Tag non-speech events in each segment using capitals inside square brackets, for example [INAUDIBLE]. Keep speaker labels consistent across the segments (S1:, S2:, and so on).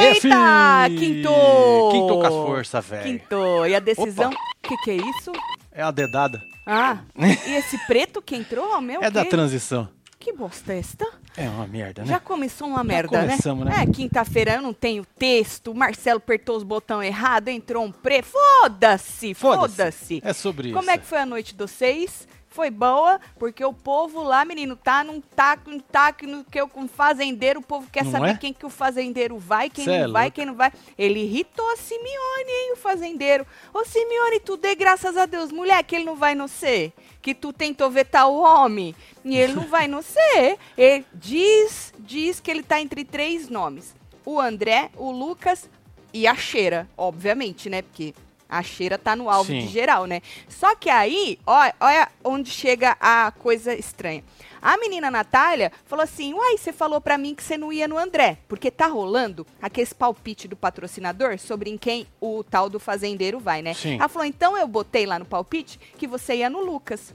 S1: Eita! Quintou!
S2: Quintou com as forças, velho.
S1: Quintou. E a decisão... O que, que é isso?
S2: É uma dedada. [LAUGHS]
S1: Ah, e esse preto que entrou, meu
S2: É da
S1: que-
S2: transição.
S1: Que bosta é esta?
S2: É uma merda,
S1: Já
S2: né?
S1: começou uma merda,
S2: começamos, né?
S1: É, quinta-feira eu não tenho texto, o Marcelo apertou os botões errado, entrou um pre... Foda-se, foda-se.
S2: É sobre isso.
S1: Como é que foi a noite de vocês? Foi boa, porque o povo lá, menino, tá num taco, num taco, no que eu com fazendeiro, o povo quer
S2: Não
S1: saber
S2: é?
S1: quem que o fazendeiro vai, quem
S2: Cê é
S1: não vai,
S2: louco.
S1: quem não vai. Ele irritou a Simeone, hein, o fazendeiro. Ô, Simeone, tu dê graças a Deus, mulher, que ele não vai no ser. Que tu tentou vetar o homem, e ele não vai
S2: [LAUGHS]
S1: no ser. Ele diz, diz que ele tá entre três nomes. O André, o Lucas e a Cheira, obviamente, né? Porque a Cheira tá no alvo
S2: Sim.
S1: de geral, né? Só que aí, ó- olha onde chega a coisa estranha. A menina Natália falou assim: Uai, você falou pra mim que você não ia no André, porque tá rolando aquele palpite do patrocinador sobre em quem o tal do fazendeiro vai, né?
S2: Sim.
S1: Ela falou: Então eu botei lá no palpite que você ia no Lucas.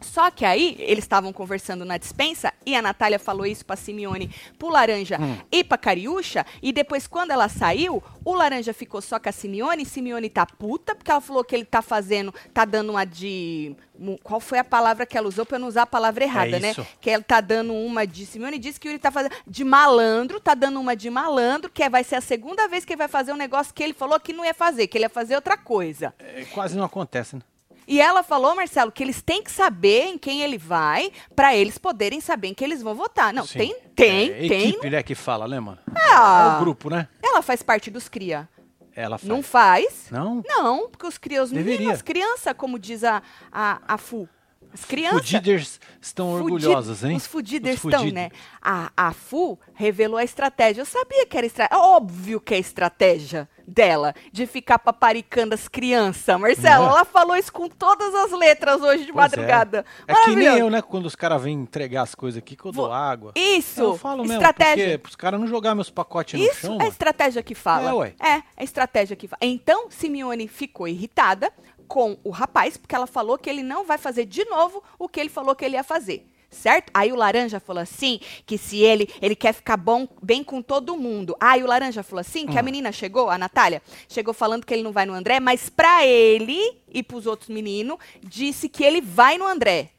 S1: Só que aí eles estavam conversando na dispensa e a Natália falou isso pra Simeone, pro Laranja e pra Cariúcha. E depois, quando ela saiu, o Laranja ficou só com a Simeone. Simeone tá puta, porque ela falou que ele tá fazendo, tá dando uma de. mu- Qual foi a palavra que ela usou pra eu não usar a palavra errada, né?
S2: isso.
S1: Que ela tá dando uma de. Simeone disse que ele tá fazendo de malandro, tá dando uma de malandro, que é- vai ser a segunda vez que ele vai fazer um negócio que ele falou que não ia fazer, que ele ia fazer outra coisa.
S2: É, quase não acontece, né?
S1: E ela falou, Marcelo, que eles têm que saber em quem ele vai pra eles poderem saber em quem eles vão votar. Não,
S2: Sim.
S1: tem, tem,
S2: É,
S1: tem.
S2: equipe, né, que fala, né, mano?
S1: Ah.
S2: É o grupo, né?
S1: Ela faz parte dos cria.
S2: Ela faz.
S1: Não faz?
S2: Não?
S1: Não, porque os cria, os meninos,
S2: Deveria.
S1: as crianças, como diz a, a, a Fu. As crianças.
S2: Os Diders estão
S1: Fudi-
S2: orgulhosos, hein?
S1: Os fudiders
S2: Os
S1: estão,
S2: fudidos.
S1: né? A, a Fu revelou a estratégia. Eu sabia que era estratégia. Óbvio que é estratégia dela de ficar paparicando as crianças. Marcelo,
S2: Não é?
S1: ela falou isso com todas as letras hoje de
S2: Pois é.
S1: madrugada.
S2: É que nem
S1: Maravilhoso.
S2: eu, né? Quando os caras vêm entregar as coisas aqui, que eu dou
S1: Vo-
S2: água.
S1: Isso!
S2: Eu falo mesmo,
S1: estratégia.
S2: porque os caras não jogar meus pacotes no
S1: Isso
S2: chão.
S1: é
S2: mano.
S1: estratégia que fala.
S2: É, ué.
S1: é, é estratégia que fala. Então, Simeone ficou irritada com o rapaz, porque ela falou que ele não vai fazer de novo o que ele falou que ele ia fazer. Certo? Aí o Laranja falou assim, que se ele, ele quer ficar bom, bem com todo mundo. Aí o Laranja falou assim,
S2: Ah.
S1: que a menina chegou, a Natália, chegou falando que ele não vai no André, mas pra ele e pros outros meninos, disse que ele vai no André.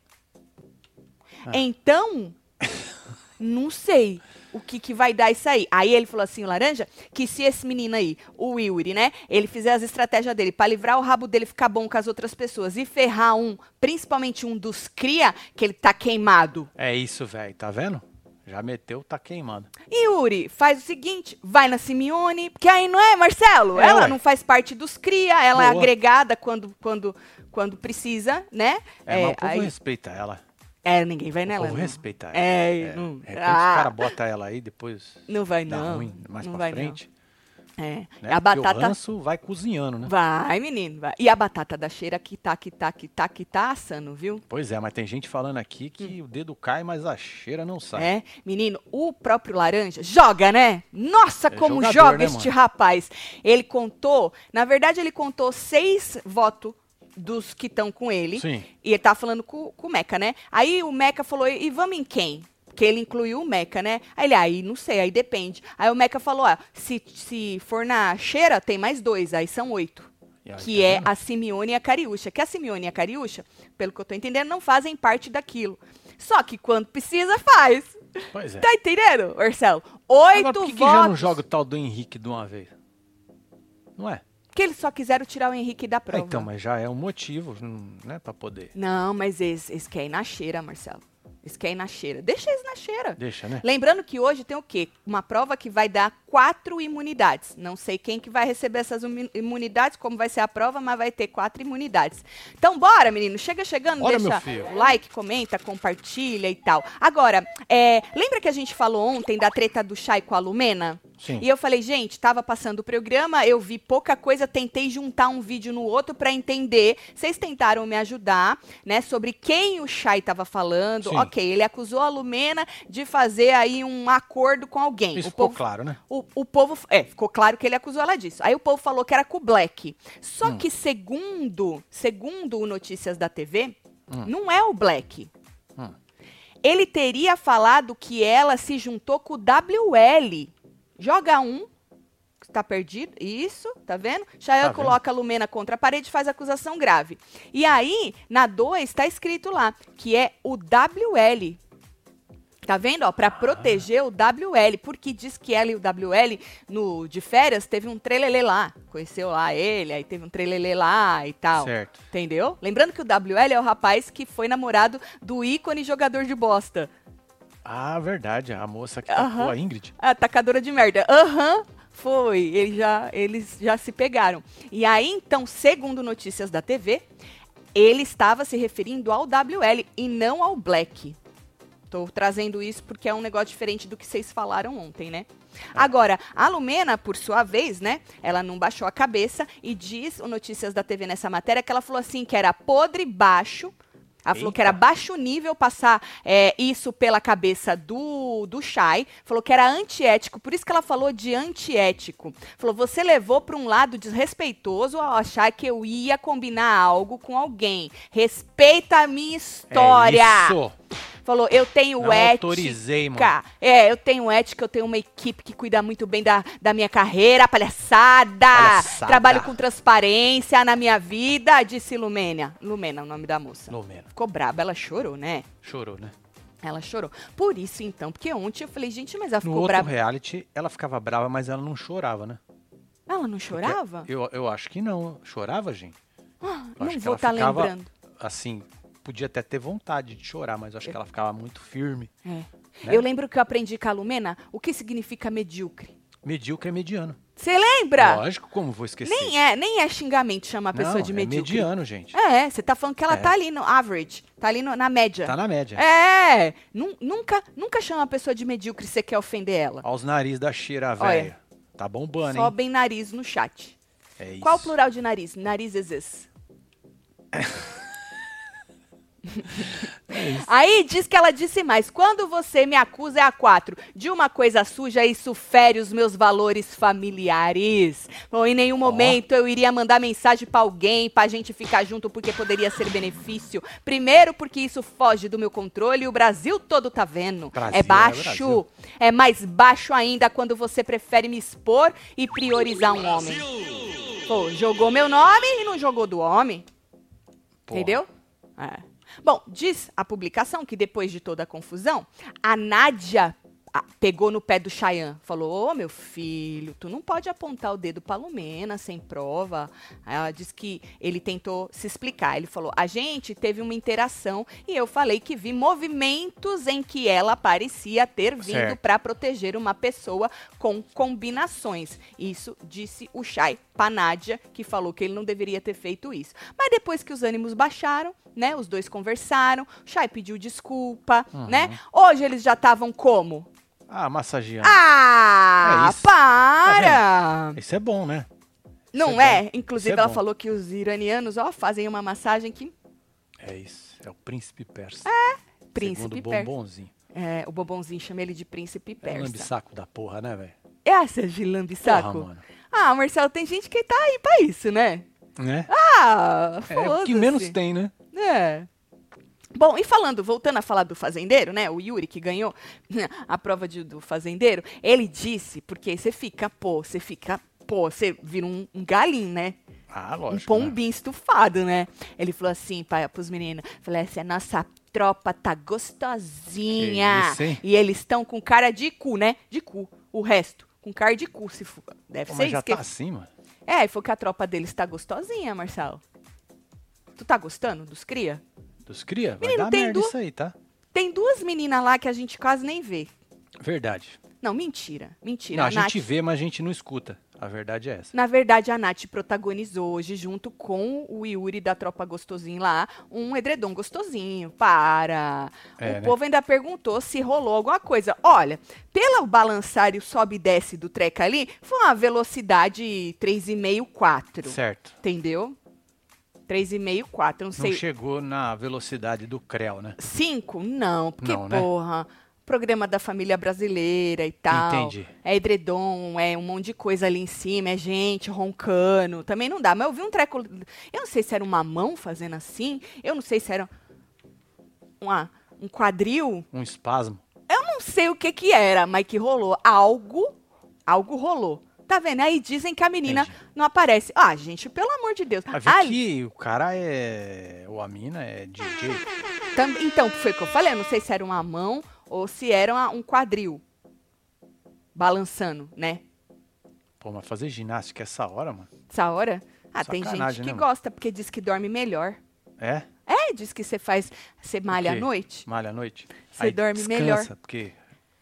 S2: Ah.
S1: Então, não sei o que, que vai dar isso aí. Aí ele falou assim, o laranja, que se esse menino aí, o Wilry, né, ele fizer as estratégias dele pra livrar o rabo dele ficar bom com as outras pessoas e ferrar um, principalmente um dos cria, que ele tá queimado.
S2: É isso, velho. Tá vendo? Já meteu, tá queimando.
S1: Yuri, faz o seguinte, vai na Simeone, porque aí não é, Marcelo?
S2: É,
S1: ela
S2: ué.
S1: não faz parte dos cria, ela é
S2: Boa.
S1: agregada quando, quando, quando precisa, né?
S2: É, mas o povo
S1: aí-
S2: respeita ela.
S1: é, ninguém vai nela.
S2: o povo
S1: não.
S2: respeita ela.
S1: É, não-
S2: De repente
S1: Ah.
S2: os caras botam ela aí, depois
S1: Não vai
S2: dá
S1: não.
S2: ruim mais
S1: não
S2: pra
S1: vai
S2: frente.
S1: Não. É.
S2: Né?
S1: A
S2: Porque
S1: batata
S2: O ranço vai cozinhando, né?
S1: Vai, menino, vai. E a batata da cheira que tá, que tá, que tá, que tá assando, viu?
S2: Pois é, mas tem gente falando aqui que o dedo cai, mas a cheira não sai.
S1: É, menino, o próprio laranja joga, né? Nossa,
S2: É
S1: como
S2: jogador,
S1: joga
S2: né,
S1: este
S2: mano?
S1: rapaz. Ele contou, na verdade, ele contou seis votos dos que estão com ele.
S2: Sim.
S1: E ele tava falando com, com o Meca, né? Aí o Meca falou, e vamos em quem? Porque ele incluiu o Meca, né? Aí ele, aí não sei, aí depende. Aí o Meca falou, ó, se, se for na cheira, tem mais dois, aí são oito.
S2: E aí,
S1: que
S2: tá
S1: é
S2: vendo?
S1: a Simeone e a Cariúcha. Que a Simeone e a Cariúcha, pelo que eu tô entendendo, não fazem parte daquilo. Só que quando precisa, faz.
S2: Pois é.
S1: Tá entendendo, Marcelo? Oito
S2: Agora, por que, que
S1: votos.
S2: já não joga o tal do Henrique de uma vez? Não é?
S1: Porque eles só quiseram tirar o Henrique da
S2: Ah,
S1: prova.
S2: então, mas já é um motivo, hum, né, pra poder.
S1: Não, mas eles, eles querem ir na cheira, Marcelo. Eles querem ir na cheira. Deixa eles na cheira.
S2: Deixa, né?
S1: Lembrando que hoje tem o quê? Uma prova que vai dar quatro imunidades. Não sei quem que vai receber essas imu- imunidades, como vai ser a prova, mas vai ter quatro imunidades. Então bora, menino, chega chegando,
S2: Bora, meu
S1: deixa
S2: filho.
S1: o like, comenta, compartilha e tal. Agora, é, lembra que a gente falou ontem da treta do Chay com a Lumena?
S2: Sim.
S1: E eu falei, gente, tava passando o programa, eu vi pouca coisa, tentei juntar um vídeo no outro pra entender. Vocês tentaram me ajudar, né, sobre quem o Chay tava falando.
S2: Sim.
S1: Ok, ele acusou a Lumena de fazer aí um acordo com alguém.
S2: Isso
S1: o
S2: ficou
S1: povo
S2: claro, né?
S1: o, o povo. É, ficou claro que ele acusou ela disso. Aí o povo falou que era com o Black. Só
S2: Hum.
S1: que, segundo, segundo o Notícias da TV, não é o Black.
S2: Hum.
S1: Ele teria falado que ela se juntou com o WL. Joga um, tá perdido. Isso, tá vendo? Chael
S2: Tá vendo?
S1: coloca a Lumena contra a parede e faz acusação grave. E aí, na 2, tá escrito lá, que é o WL. Tá vendo? Ó, pra proteger o WL, porque diz que ela e o WL, no, de férias, teve um trelelê lá. Conheceu lá ele, aí teve um trelelê lá e tal.
S2: Certo.
S1: Entendeu? Lembrando que o WL é o rapaz que foi namorado do ícone jogador de bosta.
S2: Ah, verdade. A moça que tacou
S1: Aham.
S2: a Ingrid.
S1: Atacadora de merda. Aham, foi. Ele já, eles já se pegaram. E aí, então, segundo notícias da TV, ele estava se referindo ao WL e não ao Black. Tô trazendo isso porque é um negócio diferente do que vocês falaram ontem, né? Agora, a Lumena, por sua vez, né? Ela não baixou a cabeça e diz o Notícias da TV nessa matéria que ela falou assim que era podre baixo. Ela falou que era
S2: Eita.
S1: baixo nível passar é, isso pela cabeça do, do Shai. Falou que era antiético, por isso que ela falou de antiético. Falou, você levou para um lado desrespeitoso ao achar que eu ia combinar algo com alguém. Respeita a minha história.
S2: É isso.
S1: Falou, eu tenho
S2: Não
S1: ética.
S2: autorizei, mano.
S1: É, eu tenho ética, eu tenho uma equipe que cuida muito bem da, da minha carreira, palhaçada.
S2: Palhaçada.
S1: Trabalho com transparência na minha vida, disse Lumena. Lumena, é o nome da moça.
S2: Lumena.
S1: Ficou braba, ela chorou, né?
S2: Chorou, né?
S1: Ela chorou. Por isso, então, porque ontem eu falei, gente, mas ela
S2: No
S1: ficou
S2: outro
S1: braba.
S2: reality, ela ficava brava, mas ela não chorava, né?
S1: Ela não chorava?
S2: Eu, eu acho que não. Chorava, gente?
S1: Ah,
S2: acho
S1: não
S2: que
S1: vou
S2: ela
S1: estar
S2: ficava-
S1: lembrando.
S2: Assim, podia até ter vontade de chorar, mas eu acho que ela ficava muito firme.
S1: É.
S2: Né?
S1: Eu lembro que eu aprendi com a Lumena o que significa medíocre.
S2: Medíocre é mediano.
S1: Você lembra?
S2: Lógico, como vou esquecer?
S1: Nem é, nem é xingamento chamar a pessoa
S2: não,
S1: de
S2: é
S1: medíocre.
S2: mediano, gente.
S1: É, você tá falando que ela
S2: É.
S1: tá ali no average, tá ali no- na média.
S2: Tá na média.
S1: É, nu- nunca, nunca chama a pessoa de medíocre se você quer ofender ela.
S2: Aos nariz da cheira velha. Tá bombando, hein?
S1: Sobem nariz no chat.
S2: É isso.
S1: Qual o plural de nariz? Narizes.
S2: É
S1: Aí diz que ela disse mais. Quando você me acusa é a quatro de uma coisa suja, isso fere os meus valores familiares. Bom, em nenhum momento eu iria mandar mensagem pra alguém pra gente ficar junto porque poderia ser benefício. Primeiro porque isso foge do meu controle e o Brasil todo tá vendo.
S2: Brasil,
S1: é
S2: é
S1: baixo.
S2: Brasil.
S1: É mais baixo ainda quando você prefere me expor e priorizar um homem. Pô, jogou meu nome e não jogou do homem.
S2: Pô,
S1: Entendeu? É. Bom, diz a publicação que depois de toda a confusão, a Nádia ah, pegou no pé do Chayan. Falou: Ô meu filho, tu não pode apontar o dedo pra Lumena sem prova. Aí Ela diz que ele tentou se explicar. Ele falou: A gente teve uma interação e eu falei que vi movimentos em que ela parecia ter vindo
S2: Certo.
S1: para proteger uma pessoa com combinações. Isso disse o Shai Panádia, que falou que ele não deveria ter feito isso. Mas depois que os ânimos baixaram, né? Os dois conversaram, o Shai pediu desculpa,
S2: Uhum.
S1: né? Hoje eles já estavam como?
S2: Ah, massageando.
S1: Ah,
S2: É isso.
S1: para!
S2: Isso é bom, né?
S1: não
S2: é
S1: é?
S2: bom.
S1: Inclusive,
S2: Isso é
S1: ela
S2: bom.
S1: falou que os iranianos, ó, fazem uma massagem que
S2: É isso. É o príncipe persa. É,
S1: Ah, príncipe
S2: Segundo
S1: persa.
S2: bombonzinho.
S1: É, o bobonzinho chama ele de príncipe
S2: É um
S1: persa.
S2: lambisaco da porra, né, velho?
S1: É essa de
S2: Porra,
S1: lambisaco?
S2: mano.
S1: Ah, Marcelo, tem gente que tá aí pra isso, né?
S2: Né?
S1: Ah,
S2: é o que menos tem, né?
S1: É. Bom, e falando, voltando a falar do fazendeiro, né? O Yuri que ganhou a prova de- do fazendeiro, ele disse, porque você fica, pô, você fica, pô, você vira um, um galinho, né?
S2: Ah,
S1: um
S2: lógico. né?
S1: pombinho estufado, né? Ele falou assim para os meninos, falou assim, a nossa tropa tá gostosinha.
S2: Que isso, hein?
S1: e eles estão com cara de cu, né? De cu. O resto, com cara de cu, se fu- deve ser
S2: Pô, mas
S1: isso
S2: já
S1: que
S2: tá assim, mano.
S1: é, e foi que a tropa deles tá gostosinha, Marcelo. Tu tá gostando dos cria?
S2: Dos cria, vai
S1: Menino,
S2: dar
S1: tem
S2: merda
S1: duas-
S2: isso aí, tá?
S1: Tem duas meninas lá que a gente quase nem vê.
S2: Verdade.
S1: Não, mentira. Mentira.
S2: Não,
S1: a
S2: a
S1: Nath,
S2: gente vê, mas a gente não escuta. A verdade é essa.
S1: Na verdade, a Nath protagonizou hoje, junto com o Yuri da Tropa Gostosinho lá, um edredom gostosinho. Para!
S2: É,
S1: o
S2: né?
S1: povo ainda perguntou se rolou alguma coisa. Olha, pelo balançar e o sobe e desce do treco ali, foi uma velocidade 3,5, 4.
S2: Certo.
S1: Entendeu? 3,5, 4. Não sei.
S2: Não chegou na velocidade do Creu, né?
S1: Cinco? Não, porque,
S2: Não, né?
S1: porra, programa da família brasileira e tal.
S2: Entendi.
S1: É edredom, é um monte de coisa ali em cima, é gente roncando. Também não dá. Mas eu vi um treco. Eu não sei se era uma mão fazendo assim, eu não sei se era uma- um quadril.
S2: Um espasmo.
S1: Eu não sei o que que era, mas que rolou. Algo, algo rolou. Tá vendo? Aí dizem que a menina
S2: Entendi.
S1: não aparece. Ah, gente, pelo amor de Deus.
S2: Mas vê
S1: Ali,
S2: que o cara é. Ou a mina é DJ.
S1: tam- então, foi o que eu falei. Eu não sei se era uma mão ou se era uma- um quadril balançando, né?
S2: Pô, mas fazer ginástica essa hora, mano?
S1: Essa hora. Ah, tem
S2: Sacanagem,
S1: gente
S2: né,
S1: que
S2: mano?
S1: gosta, porque diz que dorme melhor.
S2: É?
S1: É, diz que você faz, você malha à
S2: quê?
S1: noite,
S2: Malha à noite?
S1: Você dorme
S2: descansa,
S1: melhor.
S2: porque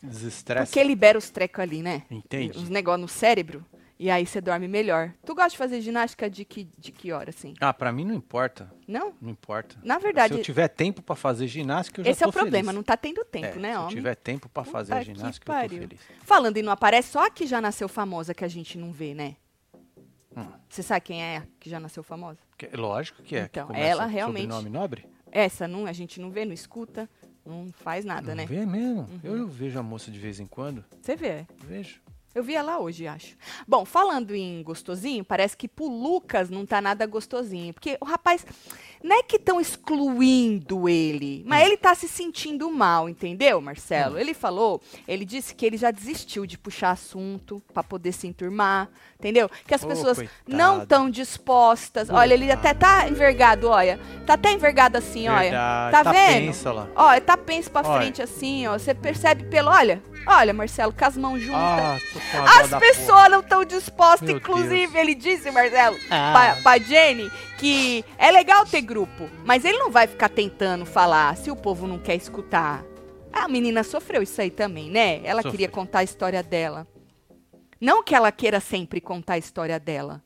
S2: desestressa.
S1: porque libera os trecos ali, né? Os
S2: Entende?
S1: negócios no cérebro, e aí você dorme melhor. Tu gosta de fazer ginástica de que, de que hora, assim?
S2: Ah, pra mim não importa.
S1: Não?
S2: Não importa.
S1: Na verdade,
S2: Se eu tiver tempo pra fazer ginástica, eu já
S1: esse é o
S2: tô feliz.
S1: problema, não tá tendo
S2: É,
S1: tempo, né,
S2: se
S1: homem?
S2: eu tiver tempo pra fazer
S1: Puta que
S2: ginástica, eu tô
S1: pariu.
S2: feliz.
S1: Falando e não aparece, só a que já nasceu famosa que a gente não vê, né?
S2: Hum.
S1: Você sabe quem é a que já nasceu famosa?
S2: Que- lógico que é. que
S1: Então,
S2: começa
S1: ela
S2: com
S1: realmente-
S2: Sobrenome nobre?
S1: Essa não, a gente não vê, não escuta, não faz nada,
S2: não
S1: né?
S2: vê mesmo. Eu vejo a moça de vez em quando.
S1: Você vê. é.
S2: Vejo.
S1: Eu vi ela hoje, acho. Bom, falando em gostosinho, parece que pro Lucas não tá nada gostosinho. Porque o rapaz, não é que estão excluindo ele,
S2: Hum.
S1: mas ele tá se sentindo mal, entendeu, Marcelo? Ele falou, ele disse que ele já desistiu de puxar assunto pra poder se enturmar, entendeu? Que as
S2: Ô,
S1: pessoas
S2: coitado.
S1: não estão dispostas. Olha, ele até tá envergado, olha. Tá até envergado assim, olha.
S2: Verdade.
S1: tá
S2: tá
S1: vendo?
S2: Pensa lá.
S1: Olha, tá penso pra
S2: Olha.
S1: frente assim, ó. Você percebe pelo. Olha, olha, Marcelo, com as mãos juntas.
S2: Ah, tô com a
S1: As
S2: dó da
S1: pessoas não estão dispostas,
S2: Meu
S1: inclusive,
S2: Deus.
S1: ele disse, Marcelo,
S2: Ah.
S1: pra, pra Jenny, que é legal ter grupo, mas ele não vai ficar tentando falar se o povo não quer escutar. A menina sofreu isso aí também, né? Ela
S2: Sofreu.
S1: queria contar a história dela. Não que ela queira sempre contar a história dela.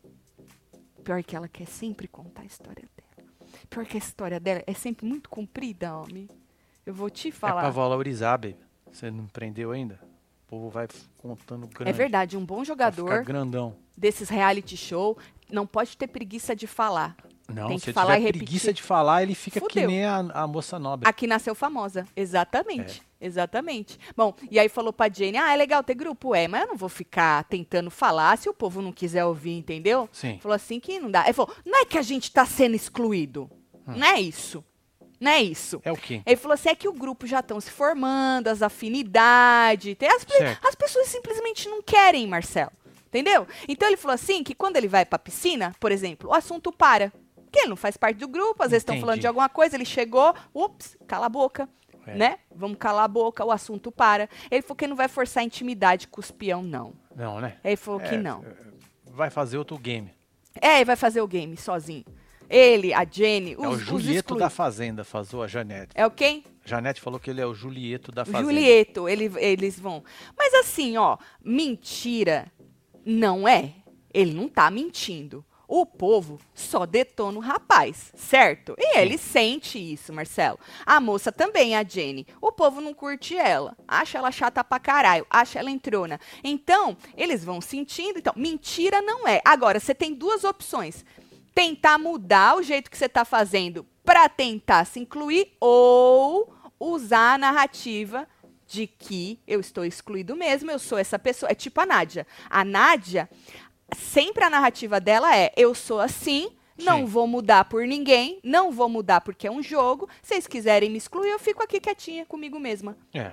S1: Pior que ela quer sempre contar a história dela. Pior que a história dela é sempre muito comprida, homem. Eu vou te
S2: porra. É pra
S1: falar.
S2: valorizar, baby. Você não prendeu ainda? O povo vai f- contando grande.
S1: É verdade, um bom
S2: Vai ficar
S1: jogador
S2: grandão.
S1: desses reality show não pode ter preguiça de falar.
S2: Não,
S1: Tem que
S2: se ele
S1: falar
S2: tiver
S1: e
S2: preguiça
S1: repetir.
S2: de falar, ele fica que
S1: Fudeu.
S2: nem a, a moça nobre.
S1: Aqui nasceu famosa. Exatamente. Exatamente. Bom, e aí falou pra Jenny: ah, é legal ter grupo? É, mas eu não vou ficar tentando falar se o povo não quiser ouvir, entendeu?
S2: Sim.
S1: Falou assim que não dá. Ele falou: não é que a gente tá sendo excluído. Não é isso. Não é isso.
S2: É o quê?
S1: Ele falou assim: é que o grupo já estão se formando, as afinidades. tem- As, pe-
S2: Certo.
S1: as pessoas simplesmente não querem, Marcelo. Entendeu? Então ele falou assim: que quando ele vai pra piscina, por exemplo, o assunto para. Porque ele não faz parte do grupo, às vezes estão
S2: Entendi.
S1: falando de alguma coisa, ele chegou, ups, cala a boca.
S2: É.
S1: Né? Vamos calar a boca, o assunto para. Ele falou que não vai forçar a intimidade com os peão, não.
S2: Não, né?
S1: Ele falou que
S2: É,
S1: não.
S2: Vai fazer outro game.
S1: É, ele vai fazer o game sozinho. Ele, a Jenny, os,
S2: é o
S1: os
S2: Julieto
S1: excluídos.
S2: da Fazenda, fazou a Janete.
S1: É o quem?
S2: Janete falou que ele é o Julieto da Fazenda.
S1: Julieto, ele- eles vão. Mas assim, ó, mentira não é. Ele não tá mentindo. O povo só detona o rapaz, certo? E ele sente isso, Marcelo. A moça também, a Jenny. O povo não curte ela. Acha ela chata pra caralho. Acha ela entrona. Então, eles vão sentindo. Então, mentira não é. Agora, você tem duas opções: tentar mudar o jeito que você tá fazendo pra tentar se incluir ou usar a narrativa de que eu estou excluído mesmo, eu sou essa pessoa. É tipo a Nádia. A Nádia, sempre a narrativa dela é: eu sou assim, não
S2: Sim.
S1: vou mudar por ninguém, não vou mudar porque é um jogo. Se vocês quiserem me excluir, eu fico aqui quietinha comigo mesma.
S2: É,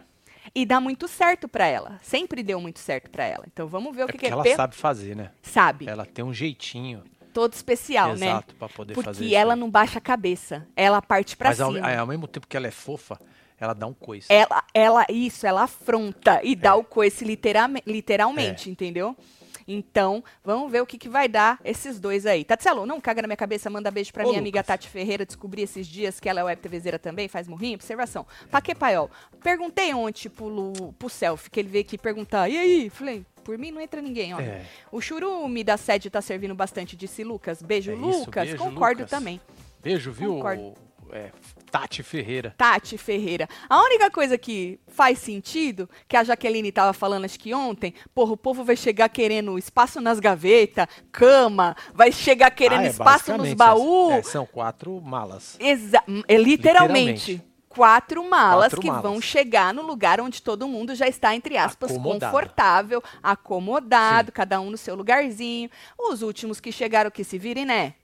S1: E dá muito certo pra ela. Sempre deu muito certo pra ela. Então vamos ver
S2: é
S1: o que,
S2: porque
S1: que é
S2: ela
S1: pe-
S2: sabe fazer, né?
S1: sabe.
S2: Ela tem um jeitinho
S1: Todo especial, né?
S2: exato pra poder fazer
S1: Porque
S2: isso.
S1: ela
S2: aí.
S1: não baixa a cabeça. Ela parte pra
S2: Mas ao,
S1: cima. É,
S2: ao mesmo tempo que ela é fofa, ela dá um coice.
S1: Ela, ela, isso, ela afronta e
S2: É.
S1: dá o coice literame- literalmente, entendeu? Então, vamos ver o que, que vai dar esses dois aí. Tatselo, não caga na minha cabeça, manda beijo pra
S2: Ô,
S1: minha amiga
S2: Lucas.
S1: Tati Ferreira. Descobri esses dias que ela é web TVzeira também, faz morrinho. Observação. Paque Paiol, perguntei ontem pro, Lu- pro selfie, que ele veio aqui perguntar. E aí? Falei, por mim não entra ninguém, ó.
S2: É.
S1: O churume da sede tá servindo bastante, disse Lucas. Beijo,
S2: É isso,
S1: Lucas.
S2: beijo,
S1: Concordo
S2: Lucas.
S1: também.
S2: Beijo, viu?
S1: Concordo.
S2: é, Tati Ferreira.
S1: Tati Ferreira. A única coisa que faz sentido, que a Jaqueline tava falando acho que ontem, porra, o povo vai chegar querendo espaço nas gavetas, cama, vai chegar querendo
S2: Ah, é,
S1: espaço nos
S2: basicamente, é, é,
S1: baús.
S2: são quatro malas.
S1: Exa- é, literalmente.
S2: Literalmente.
S1: Quatro malas
S2: Quatro
S1: que
S2: malas.
S1: vão chegar no lugar onde todo mundo já está, entre aspas,
S2: Acomodado.
S1: confortável, acomodado,
S2: Sim.
S1: cada um no seu lugarzinho. Os últimos que chegaram que se virem, né?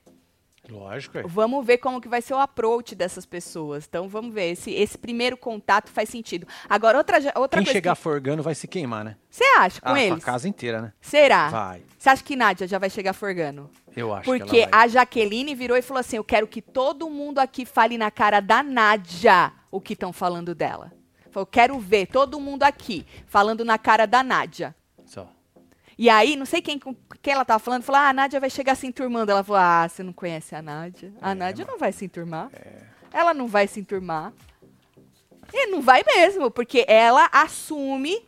S2: Lógico, é.
S1: Vamos ver como que vai ser o approach dessas pessoas. Então vamos ver esse, esse primeiro contato faz sentido. Agora outra ja- outra
S2: Quem
S1: coisa.
S2: chegar forgando vai se queimar, né?
S1: Você acha com
S2: a, a
S1: eles? Ah.
S2: casa inteira, né?
S1: Será?
S2: Vai.
S1: Você acha que Nádia já vai chegar forgando?
S2: Eu acho que
S1: Porque
S2: ela vai.
S1: a Jaqueline virou e falou assim: Eu quero que todo mundo aqui fale na cara da Nádia o que estão falando dela. Falou, eu quero ver todo mundo aqui falando na cara da Nádia.
S2: Só.
S1: E aí, não sei quem, com quem ela tava falando, falou: Ah, a Nádia vai chegar se enturmando. Ela falou: Ah, você não conhece a Nádia. A
S2: É,
S1: Nádia não vai se enturmar. Ela não vai se enturmar. E não vai mesmo, porque ela assume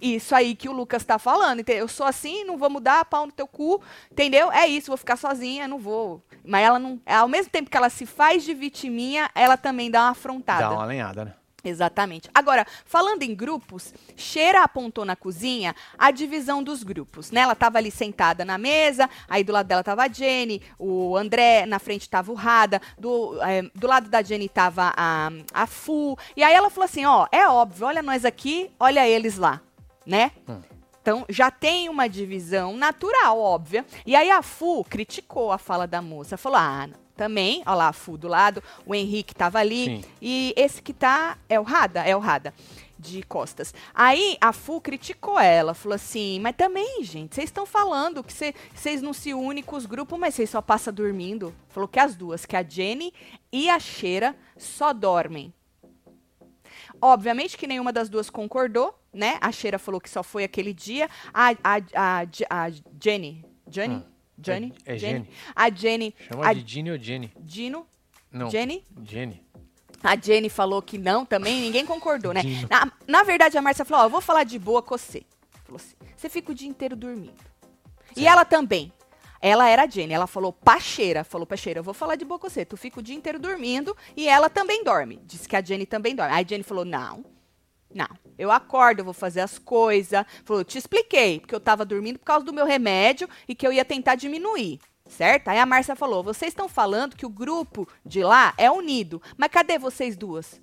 S1: isso aí que o Lucas tá falando. entendeu? Eu sou assim, não vou mudar, pau no teu cu, entendeu? É isso, vou ficar sozinha, não vou. Mas ela não. Ao mesmo tempo que ela se faz de vitiminha, ela também dá uma afrontada.
S2: Dá uma lenhada, né?
S1: Exatamente. Agora, falando em grupos, Cheira apontou na cozinha a divisão dos grupos, né? Ela tava ali sentada na mesa, aí do lado dela tava a Jenny, o André, na frente tava o Rada, do, eh, do lado da Jenny tava a, a Fu, e aí ela falou assim, ó, é óbvio, olha nós aqui, olha eles lá, né?
S2: Hum.
S1: Então, já tem uma divisão natural, óbvia. E aí a Fu criticou a fala da moça, falou, ah, também, olha lá a Fu do lado, o Henrique tava ali,
S2: Sim.
S1: e esse que tá é o Rada, é o Rada de costas. Aí a Fu criticou ela, falou assim: "Mas também, gente, vocês estão falando que cê- vocês não se unem com os grupos, mas vocês só passa dormindo". Falou que as duas, que a Jenny e a Cheira só dormem. Obviamente que nenhuma das duas concordou, né? A Cheira falou que só foi aquele dia. A, a, a, a Jenny, Jenny,
S2: Hum.
S1: Jenny,
S2: É- é Jenny.
S1: A Jenny,
S2: Chama
S1: A-
S2: de Jenny ou Jenny?
S1: Dino,
S2: Não.
S1: Jenny,
S2: Jenny.
S1: a Jenny falou que não também, ninguém concordou, né?
S2: Dino.
S1: Na, na verdade, a Márcia falou, ó, eu vou falar de boa com você. Falou assim, você fica o dia inteiro dormindo. E ela também. Ela era a Jenny, ela falou pacheira, falou pacheira, eu vou falar de boa com você, tu fica o dia inteiro dormindo e ela também dorme. Disse que a Jenny também dorme. Aí a Jenny falou, não, não, eu acordo, eu vou fazer as coisas. Falou, eu te expliquei, porque eu tava dormindo por causa do meu remédio e que eu ia tentar diminuir, certo? Aí a Márcia falou, vocês estão falando que o grupo de lá é unido, mas cadê vocês duas?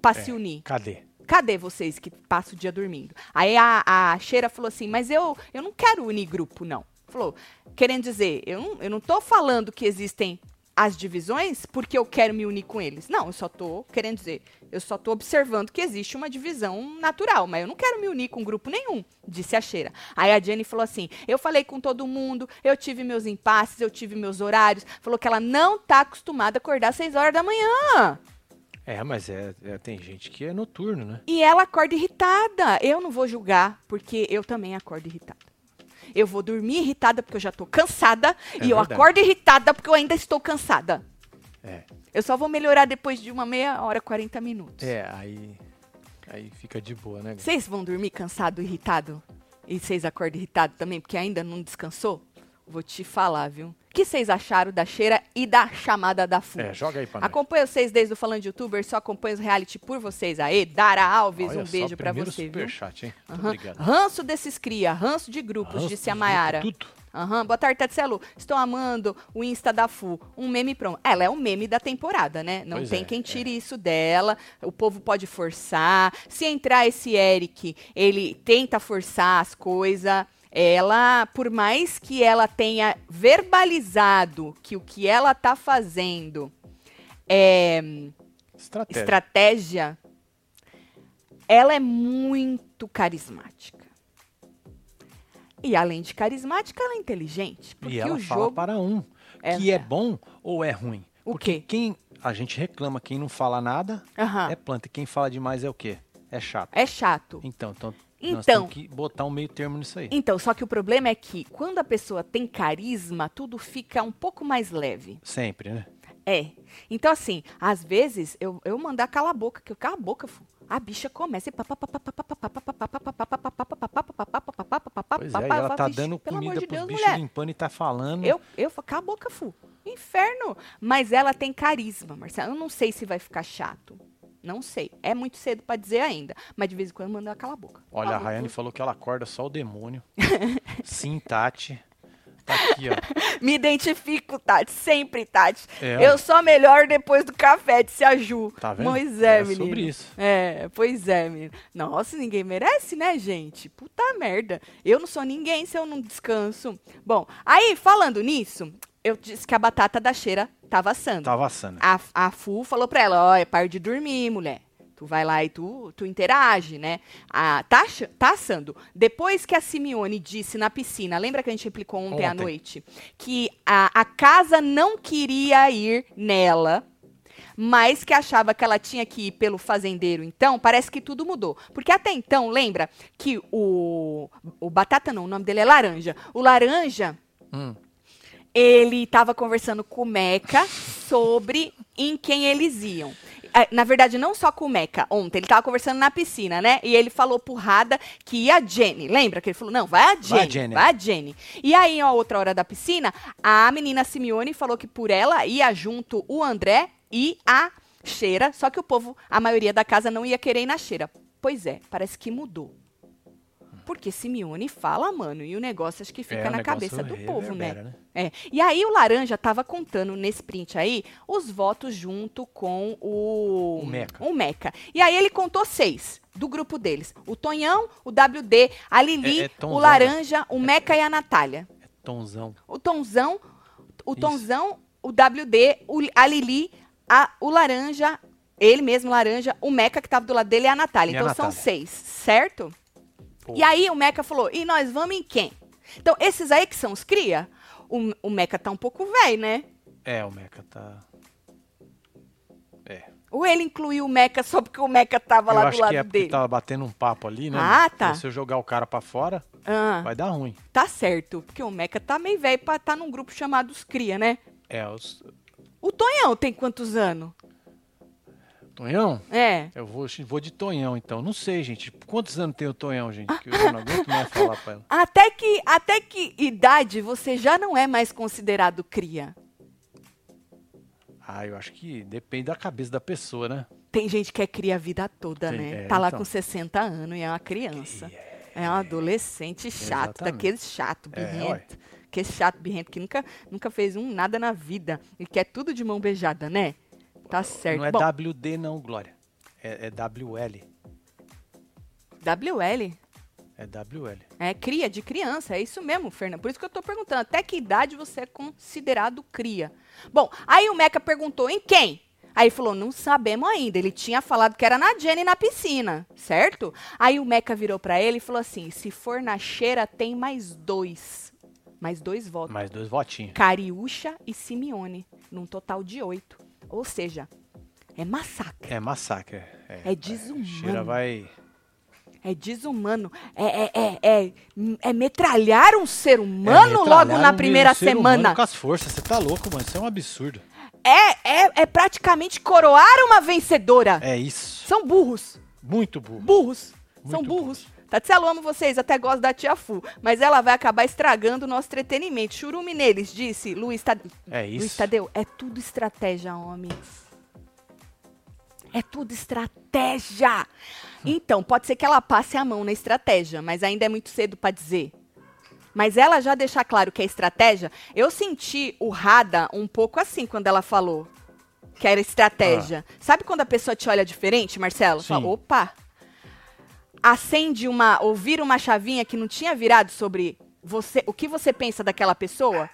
S1: Pra se
S2: É.
S1: unir.
S2: Cadê?
S1: Cadê vocês que passam o dia dormindo? Aí a, a Cheira falou assim, mas eu, eu não quero unir grupo, não. Falou, querendo dizer, eu não, eu não tô falando que existem as divisões porque eu quero me unir com eles. Não, eu só tô querendo dizer, eu só tô observando que existe uma divisão natural, mas eu não quero me unir com grupo nenhum, disse a Cheira. Aí a Jenny falou assim, eu falei com todo mundo, eu tive meus impasses, eu tive meus horários. Falou que ela não tá acostumada a acordar às 6 horas da manhã.
S2: É, mas é, é- tem gente que é noturno, né?
S1: E ela acorda irritada. Eu não vou julgar, porque eu também acordo irritada. Eu vou dormir irritada porque eu já tô cansada. e eu
S2: É verdade.
S1: acordo irritada porque eu ainda estou cansada.
S2: É.
S1: Eu só vou melhorar depois de uma meia hora, 40 minutos.
S2: É, aí. Aí fica de boa, né?
S1: Vocês vão dormir cansado, irritado? E vocês acordam irritado também porque ainda não descansou? Vou te falar, viu? O que vocês acharam da cheira e da chamada da FU?
S2: É, joga aí pra nós.
S1: Acompanho vocês desde o Falando de Youtuber, só acompanho os reality por vocês. Aê, Dara Alves,
S2: Olha
S1: um
S2: só,
S1: beijo pra
S2: primeiro
S1: você. viu?
S2: superchat, hein? Muito
S1: Aham.
S2: obrigado.
S1: Ranço desses cria, ranço de grupos,
S2: Ranço
S1: disse a
S2: de
S1: Mayara.
S2: tudo.
S1: Aham, boa tarde, Tatselu. Estou amando o Insta da Fu. Um meme pronto. Ela é um meme da temporada, né? Não
S2: Pois
S1: tem
S2: é,
S1: quem tire isso dela. O povo pode forçar. Se entrar esse Eric, ele tenta forçar as coisas. Ela, por mais que ela tenha verbalizado que o que ela tá fazendo é
S2: Estratégia.
S1: estratégia, ela é muito carismática. E além de carismática, ela é inteligente. Porque
S2: E ela
S1: o
S2: fala
S1: jogo.
S2: para um.
S1: É.
S2: Que é bom ou é ruim?
S1: O quê? Ah.
S2: Quem. A gente reclama, quem não fala nada
S1: Aham.
S2: é planta. E quem fala demais é o quê? É chato.
S1: É chato.
S2: Então, então, nós
S1: Então.
S2: temos que botar um meio termo nisso aí.
S1: Então, só que o problema é que quando a pessoa tem carisma, tudo fica um pouco mais leve.
S2: Sempre, né?
S1: É. Então, assim, às vezes eu, eu mandar cala a boca, que eu cala a boca, fu. A bicha começa e
S2: Pois é, e ela tá dando
S1: pelo amor
S2: comida
S1: de
S2: pros
S1: Deus,
S2: bichos
S1: mulher.
S2: limpando e tá falando.
S1: Eu, eu falo, cala a boca, Fu. Inferno. Mas ela tem carisma, Marcelo. Eu não sei se vai ficar chato. Não sei. É muito cedo pra dizer ainda. Mas de vez em quando manda ela cala a boca.
S2: Olha,
S1: Cala
S2: a
S1: boca,
S2: Rayane
S1: Fu.
S2: falou que ela acorda só o demônio. Sim, Tati. Tá aqui, ó.
S1: Me identifico, Tati. Sempre, Tati.
S2: É, ó.
S1: eu sou melhor depois do café, disse a Ju.
S2: Tá vendo?
S1: Pois é,
S2: É
S1: menino.
S2: sobre isso.
S1: É, pois é, menino. Nossa, ninguém merece, né, gente? Puta merda. Eu não sou ninguém se eu não descanso. Bom, aí, falando nisso, eu disse que a batata da cheira tá tava assando.
S2: Tava assando.
S1: A, a Fu falou pra ela, ó, é par de dormir, mulher. Tu vai lá e tu, tu interage, né? A, tá, ach- tá assando. Depois que a Simeone disse na piscina, lembra que a gente replicou ontem, à
S2: Ontem.
S1: noite? Que a, a casa não queria ir nela, mas que achava que ela tinha que ir pelo fazendeiro. Então, parece que tudo mudou. Porque até então, lembra que o... O Batata não, o nome dele é Laranja. O Laranja
S2: Hum.
S1: ele estava conversando com o Meca sobre em quem eles iam. Ah, Na verdade, não só com o Meca ontem, ele estava conversando na piscina, né? E ele falou porrada que ia a Jenny. Lembra que ele falou: não, vai a Jenny. Vai a Jenny. E aí, a outra hora da piscina, a menina Simeone falou que por ela ia junto o André e a Cheira, só que o povo, a maioria da casa, não ia querer ir na Cheira. Pois é, parece que mudou. Porque Simeone fala, mano, e o negócio acho que fica
S2: É, o
S1: na
S2: negócio
S1: cabeça do povo, né?
S2: reverbera, né?
S1: É. E aí o Laranja tava contando nesse print aí os votos junto com o.
S2: O Meca.
S1: o Meca. E aí ele contou seis do grupo deles: o Tonhão, o WD, a Lili,
S2: É- é Tonzão,
S1: o Laranja, o Meca e a Natália.
S2: É tonzão.
S1: O Tonzão, o
S2: Isso.
S1: Tonzão, o WD, o- a Lili, a- o Laranja, ele mesmo, Laranja, o Meca que tava do lado dele e a Natália.
S2: E a
S1: então são
S2: Natália.
S1: seis, certo?
S2: Pô.
S1: E aí o Meca falou, e nós vamos em quem? Então, esses aí que são os cria, o, o Meca tá um pouco velho, né?
S2: É, o Meca tá. É.
S1: Ou ele incluiu o Meca só porque o Meca tava
S2: eu
S1: lá do
S2: acho
S1: lado
S2: que é porque
S1: dele?
S2: tava batendo um papo ali, né?
S1: Ah,
S2: mano?
S1: tá.
S2: Se eu jogar o cara pra fora,
S1: Ah,
S2: vai dar ruim.
S1: tá certo, porque o Meca tá meio velho pra estar tá num grupo chamado os cria, né?
S2: É, os...
S1: O Tonhão tem quantos anos?
S2: Tonhão?
S1: É,
S2: Eu vou, vou de Tonhão, então. Não sei, gente. Quantos anos tem o Tonhão, gente? Que eu não aguento mais falar pra ela.
S1: Até que, até que idade você já não é mais considerado cria.
S2: Ah, eu acho que depende da cabeça da pessoa, né?
S1: Tem gente que é cria a vida toda,
S2: Tem-
S1: né?
S2: é,
S1: tá lá
S2: então.
S1: com 60 anos e é uma criança. É um adolescente chato,
S2: Exatamente.
S1: daquele chato,
S2: É,
S1: birrento. que chato, birrento, que nunca, nunca fez um nada na vida e quer tudo de mão beijada, né? Tá certo.
S2: Não é
S1: Bom,
S2: WD, não, Glória. É, é WL.
S1: WL
S2: É WL.
S1: é cria de criança, é isso mesmo, Fernanda. Por isso que eu tô perguntando, até que idade você é considerado cria? Bom, aí o Meca perguntou em quem? Aí ele falou, não sabemos ainda. Ele tinha falado que era na Jenny na piscina, certo? Aí o Meca virou pra ele e falou assim: se for na cheira, tem mais dois. Mais dois votos.
S2: Mais dois votinhos.
S1: Cariúcha e Simeone, num total de oito. Ou seja, é massacre.
S2: É massacre. É,
S1: É desumano.
S2: Cheira vai.
S1: É desumano. É, é, é, é, é metralhar um ser humano logo
S2: é,
S1: na
S2: metralhar um
S1: primeira
S2: ser humano
S1: semana.
S2: Com as forças, você tá louco, mano. Isso é um absurdo.
S1: É, é, é praticamente coroar uma vencedora.
S2: É isso.
S1: São burros.
S2: Muito burro.
S1: Burros.
S2: Muito
S1: São burros. Tatielo, amo vocês, até gosto da tia Fu, mas ela vai acabar estragando o nosso entretenimento. Churume neles, disse Luiz, Tad...
S2: É
S1: Luiz
S2: isso.
S1: Tadeu. É tudo estratégia, homem. É tudo estratégia. Então, pode ser que ela passe a mão na estratégia, mas ainda é muito cedo pra dizer. Mas ela já deixar claro que é estratégia, eu senti o Rada um pouco assim quando ela falou que era estratégia. Sabe quando a pessoa te olha diferente, Marcelo? Fala,
S2: Ah. Sim.
S1: opa. Acende uma, ou vira uma chavinha que não tinha virado sobre você, o que você pensa daquela pessoa,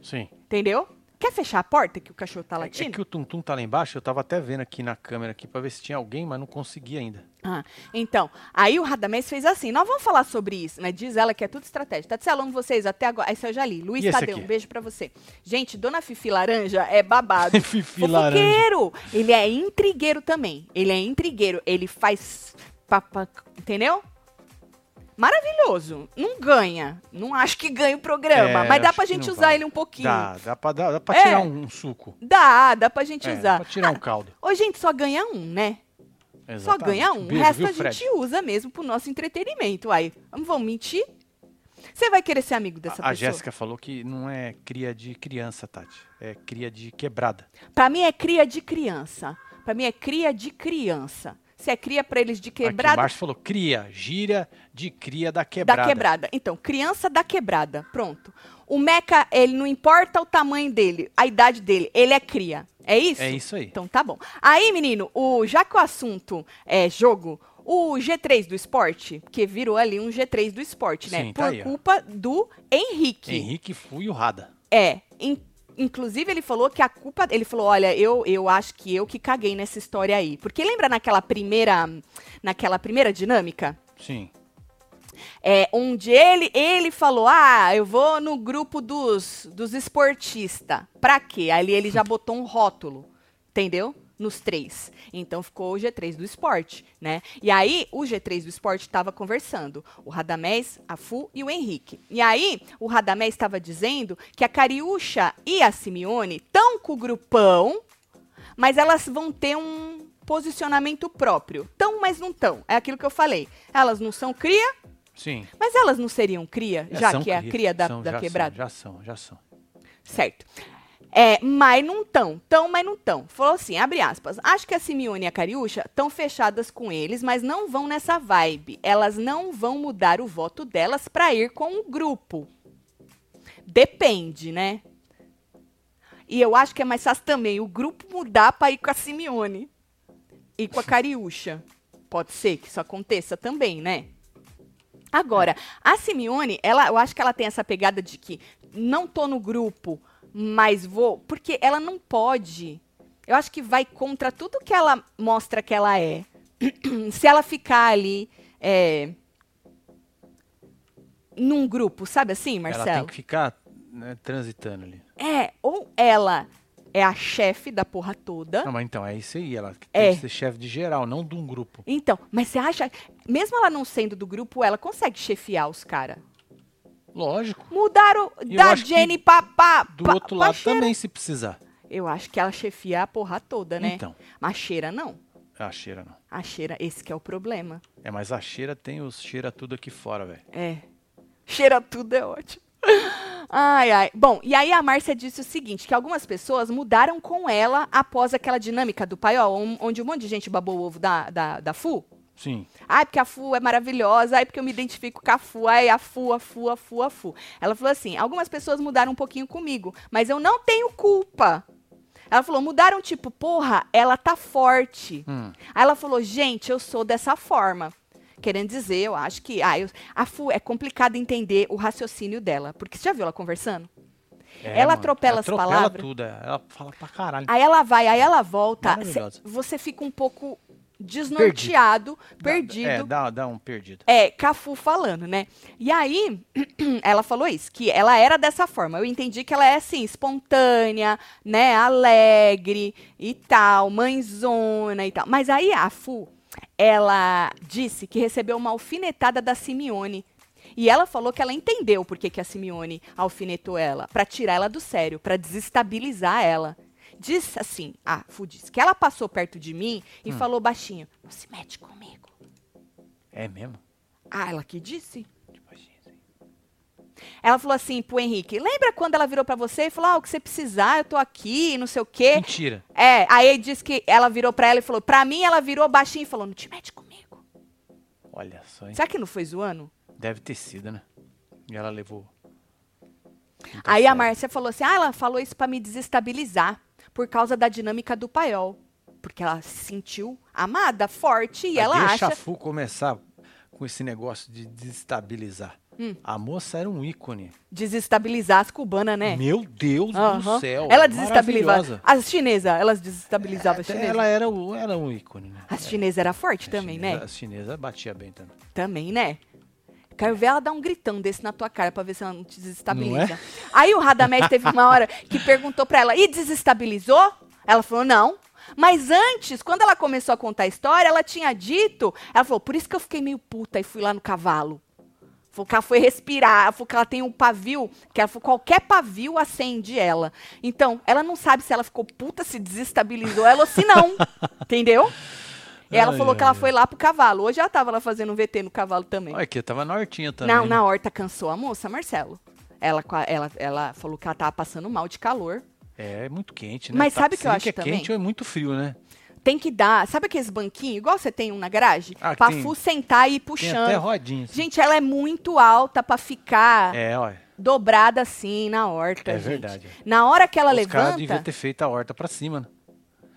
S2: Sim.
S1: entendeu? Quer fechar a porta que o cachorro tá
S2: É, é
S1: latindo?
S2: que o Tuntum tá lá embaixo, eu tava até vendo aqui na câmera aqui pra ver se tinha alguém, mas não consegui ainda. [LAUGHS]
S1: Ah, então, aí o Radamés fez assim, nós vamos falar sobre isso, né? Diz ela que é tudo estratégia. Tá dizendo vocês até agora, esse eu já li. Luiz
S2: E esse
S1: Tadeu,
S2: aqui?
S1: um beijo pra você. Gente, Dona Fifi Laranja é babado.
S2: [LAUGHS] Fifi laranja.
S1: Fofoqueiro! Ele é intrigueiro também. Ele é intrigueiro, ele faz... pa- pa- entendeu? Maravilhoso. Não ganha. Não acho que ganha o programa,
S2: É,
S1: mas dá
S2: acho
S1: pra
S2: que
S1: gente
S2: não
S1: usar
S2: vai.
S1: ele um pouquinho.
S2: Dá, dá pra, dá, dá pra
S1: É.
S2: tirar um, um suco.
S1: Dá, dá pra gente
S2: É,
S1: usar.
S2: Pra tirar um caldo.
S1: Ô, gente, só ganha um, né? Só
S2: Exatamente.
S1: ganha um.
S2: Beijo,
S1: o resto
S2: viu,
S1: a
S2: Fred?
S1: gente usa mesmo pro nosso entretenimento. Aí, não vão mentir? Você vai querer ser amigo dessa
S2: A, a
S1: pessoa?
S2: Jéssica falou que não é cria de criança, Tati. É cria de quebrada.
S1: Pra mim é cria de criança. Pra mim é cria de criança. Se é cria pra eles de
S2: Aqui
S1: quebrada,
S2: embaixo falou cria, gíria de cria da quebrada.
S1: da quebrada. Então, criança da quebrada. Pronto. O Meca, ele não importa o tamanho dele, a idade dele, ele é cria. É isso?
S2: É isso aí.
S1: Então tá bom. Aí, menino, o, já que o assunto é jogo, o G3 do esporte, que virou ali um G3 do esporte, né?
S2: Sim,
S1: Por
S2: tá aí, ó.
S1: culpa do Henrique.
S2: Henrique Fui e o Rada.
S1: É. em- Inclusive, ele falou que a culpa. Ele falou: olha, eu, eu acho que eu que caguei nessa história aí. Porque lembra naquela primeira. Naquela primeira dinâmica?
S2: Sim.
S1: É, onde ele, ele falou: Ah, eu vou no grupo dos, dos esportistas. Pra quê? Ali ele já botou um rótulo, entendeu? Nos três. Então ficou o G3 do esporte, né? E aí o G3 do esporte estava conversando. O Radamés, a Fu e o Henrique. E aí o Radamés estava dizendo que a Cariúcha e a Simeone estão com o grupão, mas elas vão ter um posicionamento próprio. Tão, mas não tão. É aquilo que eu falei. Elas não são cria,
S2: Sim.
S1: mas elas não seriam cria,
S2: É,
S1: já
S2: são
S1: que é a cria da,
S2: são,
S1: da
S2: já
S1: quebrada?
S2: São, já são, já são.
S1: Certo. É, mas não tão, tão, mas não tão. Falou assim, abre aspas. Acho que a Simeone e a Cariúcha estão fechadas com eles, mas não vão nessa vibe. Elas não vão mudar o voto delas pra ir com o grupo. Depende, né? E eu acho que é mais fácil também o grupo mudar pra ir com a Simeone e com a Cariúcha. Pode ser que isso aconteça também, né? Agora, a Simeone, ela, eu acho que ela tem essa pegada de que não tô no grupo, mas vou, porque ela não pode. Eu acho que vai contra tudo que ela mostra que ela é. [CLEARS THROAT] Se ela ficar ali é, num grupo, sabe assim, Marcelo?
S2: Ela tem que ficar né, transitando ali.
S1: É, ou ela é a chefe da porra toda.
S2: Não, mas então, é isso aí. Ela tem
S1: É.
S2: que ser chefe de geral, não de um grupo.
S1: Então, mas você acha, mesmo ela não sendo do grupo, ela consegue chefiar os caras?
S2: Lógico.
S1: Mudaram
S2: Eu
S1: da
S2: acho que
S1: Jenny pra, pra,
S2: Do
S1: pra-
S2: outro
S1: pra
S2: lado
S1: cheira.
S2: também, se precisar.
S1: Eu acho que ela chefia a porra toda, né?
S2: Então,
S1: Mas cheira não.
S2: a cheira não.
S1: A cheira, esse que é o problema.
S2: É, mas a cheira tem os cheira tudo aqui fora, velho.
S1: É. Cheira tudo é ótimo. Ai, ai. Bom, e aí a Márcia disse o seguinte, que algumas pessoas mudaram com ela após aquela dinâmica do paiol, on- onde um monte de gente babou o ovo da, da, da Fu.
S2: Sim.
S1: Ai, porque a Fu é maravilhosa, ai, porque eu me identifico com a Fu, ai, a Fu, a Fu, a Fu, a Fu. Ela falou assim: algumas pessoas mudaram um pouquinho comigo, mas eu não tenho culpa. Ela falou, mudaram tipo, porra, ela tá forte.
S2: Hum.
S1: Aí ela falou, gente, eu sou dessa forma. Querendo dizer, eu acho que. Ah, eu- a Fu é complicado entender o raciocínio dela. Porque você já viu ela conversando?
S2: É,
S1: Ela atropela as
S2: atropela
S1: palavras?
S2: tudo. é. Ela fala pra caralho.
S1: Aí ela vai, aí ela volta. cê-
S2: Maravilhosa.
S1: você fica um pouco desnorteado,
S2: Dá-
S1: perdido.
S2: É, dá, dá um perdido.
S1: É, Cafu falando, né? E aí, [CLEARS THROAT] ela falou isso, que ela era dessa forma. Eu entendi que ela é assim, espontânea, né? Alegre e tal, mãezona e tal. Mas aí a Fu, ela disse que recebeu uma alfinetada da Simeone. E ela falou que ela entendeu por que, que a Simeone alfinetou ela, pra tirar ela do sério, pra desestabilizar ela. Diz assim, a Fu disse, que ela passou perto de mim e falou baixinho, não se mete comigo.
S2: É mesmo?
S1: Ah, ela que disse?
S2: Tipo assim, assim.
S1: Ela falou assim pro Henrique: lembra quando ela virou pra você e falou: ah, o que você precisar, eu tô aqui, não sei o quê.
S2: Mentira.
S1: É, aí ele disse que ela virou pra ela e falou: pra mim, ela virou baixinho e falou: não te mete comigo.
S2: Olha só, hein?
S1: Será que não foi zoando?
S2: Deve ter sido, né? E ela levou. Não tá
S1: Aí a
S2: certo.
S1: Márcia falou assim: ah, ela falou isso pra me desestabilizar por causa da dinâmica do paiol. Porque ela se sentiu amada, forte, e
S2: Mas
S1: ela
S2: deixa
S1: acha.
S2: a Fu começar com esse negócio de desestabilizar.
S1: Hum.
S2: A moça era um ícone.
S1: Desestabilizar as cubanas, né?
S2: Meu Deus
S1: Aham.
S2: do céu. é
S1: ela desestabilizava.
S2: maravilhosa. É,
S1: As chinesas, elas desestabilizavam as
S2: Até
S1: chinesas.
S2: Ela era, o- era um ícone, né?
S1: As chinesas era forte Ah, também, né?
S2: A chinesa batia bem também.
S1: Também, né? Quero ver ela dar um gritão desse na tua cara pra ver se ela não te desestabiliza.
S2: Não é?
S1: Aí o Radamés teve uma hora que perguntou pra ela, e desestabilizou? Ela falou, não. Mas antes, quando ela começou a contar a história, ela tinha dito, ela falou, por isso que eu fiquei meio puta e fui lá no cavalo. Falou que ela foi respirar, falou que ela tem um pavio, que ela falou, qualquer pavio acende ela. Então, ela não sabe se ela ficou puta, se desestabilizou ela ou se
S2: [LAUGHS]
S1: não. entendeu? E ela
S2: Ai,
S1: falou que ela
S2: ai,
S1: foi lá pro cavalo. Hoje ela tava lá fazendo um VT no cavalo também.
S2: Olha aqui, tava na hortinha também.
S1: Não,
S2: né?
S1: na horta cansou a moça, Marcelo. Ela, qua- ela, ela falou que ela tava passando mal de calor.
S2: É, é muito quente, né?
S1: Mas sabe o
S2: se
S1: que eu
S2: bem
S1: acho
S2: é
S1: também?
S2: quente ou é muito frio, né?
S1: Tem que dar. Sabe aqueles banquinhos, igual você tem um na garagem?
S2: Ah, que
S1: pra
S2: tem-
S1: Fu sentar e ir
S2: Tem até
S1: puxando.
S2: rodinha. assim.
S1: Gente, ela é muito alta pra ficar
S2: É, olha.
S1: dobrada assim na horta.
S2: É
S1: gente.
S2: verdade.
S1: Na hora que ela
S2: Os caras
S1: levanta,
S2: deviam ter feito a horta pra cima, né?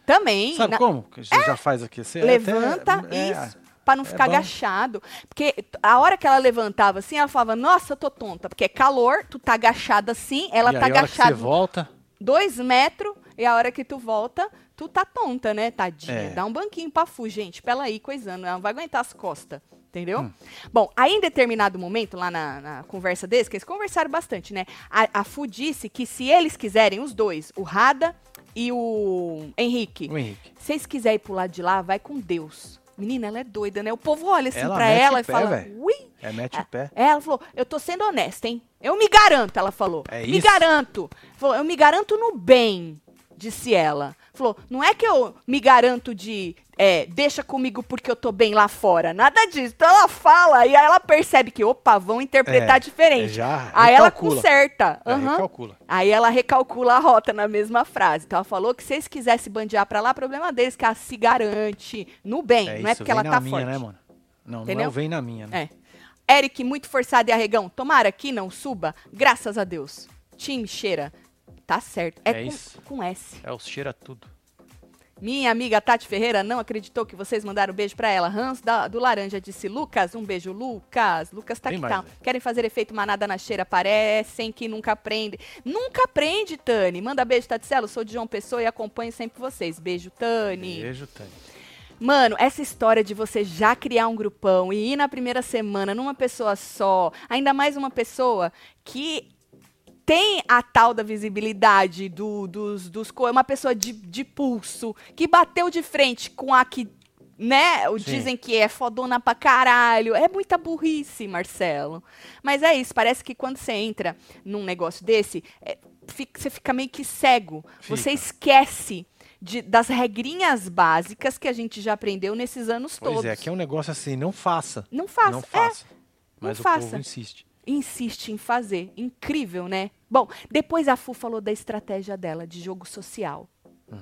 S1: também.
S2: Sabe
S1: na- É!
S2: como? Que você já faz aqui. Você até-
S1: Levanta
S2: é,
S1: isso. Pra não ficar
S2: bom.
S1: agachado. Porque a hora que ela levantava assim, ela falava, nossa, eu tô tonta. Porque é calor, tu tá agachada assim, ela
S2: e
S1: tá
S2: aí, a hora que você
S1: agachada.
S2: volta,
S1: dois metros e a hora que tu volta, tu tá tonta, né, tadinha?
S2: É.
S1: Dá um banquinho pra Fu, gente, pra ela aí coisando, ela não vai aguentar as costas, entendeu?
S2: Hum.
S1: Bom, aí em determinado momento, lá na, na conversa deles, que eles conversaram bastante, né, a, a Fu disse que se eles quiserem, os dois, o Rada e o Henrique,
S2: O Henrique.
S1: se vocês quiserem ir pro lado de lá, vai com Deus. Menina, ela é doida, né? O povo olha assim
S2: Ela
S1: pra
S2: mete
S1: ela
S2: o
S1: e
S2: pé,
S1: fala,
S2: velho.
S1: ui,
S2: É, mete o pé.
S1: é, ela falou, eu tô sendo honesta, hein? Eu me garanto, ela falou.
S2: É
S1: Me
S2: isso?
S1: garanto. Falou, eu me garanto no bem, disse ela. Falou, não é que eu me garanto de é, deixa comigo porque eu tô bem lá fora. Nada disso. Então ela fala e aí ela percebe que, opa, vão interpretar
S2: É, É,
S1: diferente.
S2: já.
S1: aí ela
S2: recalcula.
S1: conserta.
S2: É,
S1: Aham.
S2: recalcula.
S1: Aí ela recalcula a rota na mesma frase. Então ela falou que se eles quisessem se bandear pra lá, problema deles, que ela se garante no bem. não é
S2: isso,
S1: porque
S2: vem
S1: ela
S2: na
S1: tá
S2: minha,
S1: forte.
S2: né, mano? Não, não é
S1: Entendeu?
S2: o vem na minha, né?
S1: É. Eric, muito forçado e arregão. Tomara que não suba. Graças a Deus. Tim cheira. Tá certo. É,
S2: É
S1: com,
S2: isso.
S1: com S.
S2: É, o cheira tudo.
S1: Minha amiga Tati Ferreira não acreditou que vocês mandaram um beijo pra ela. Hans da- do Laranja disse: Lucas, um beijo, Lucas. Lucas tá
S2: Tem
S1: que
S2: mais,
S1: tá.
S2: né?
S1: Querem fazer efeito manada na cheira, parecem que nunca aprende. Nunca aprende, Tani. Manda beijo, Taticelo. Sou de João Pessoa e acompanho sempre vocês. Beijo, Tani.
S2: Beijo, Tânia.
S1: Mano, essa história de você já criar um grupão e ir na primeira semana numa pessoa só, ainda mais uma pessoa que tem a tal da visibilidade do, dos, dos co- é uma pessoa de, de pulso, que bateu de frente com a que, né, o-
S2: Sim.
S1: dizem que é fodona pra caralho. É muita burrice, Marcelo. Mas é isso, parece que quando você entra num negócio desse, é, fi- você fica meio que cego.
S2: Fica.
S1: Você esquece de- das regrinhas básicas que a gente já aprendeu nesses anos
S2: Pois
S1: todos.
S2: é, que é um negócio assim, não faça.
S1: Não faça.
S2: Não
S1: É,
S2: faça. Mas o
S1: faça.
S2: povo insiste.
S1: insiste em fazer. Incrível, né? Bom, depois a Fu falou da estratégia dela de jogo social.
S2: Hum.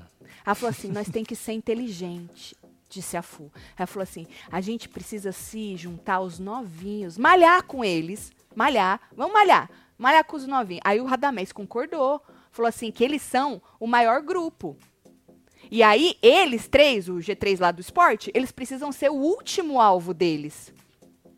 S1: Ela falou assim: nós tem que ser inteligente, disse a Fu. Ela falou assim: a gente precisa se juntar aos novinhos, malhar com eles, malhar, vamos malhar, malhar com os novinhos. Aí o Radamés concordou, falou assim: que eles são o maior grupo. E aí, eles três, o G3 lá do esporte, eles precisam ser o último alvo deles.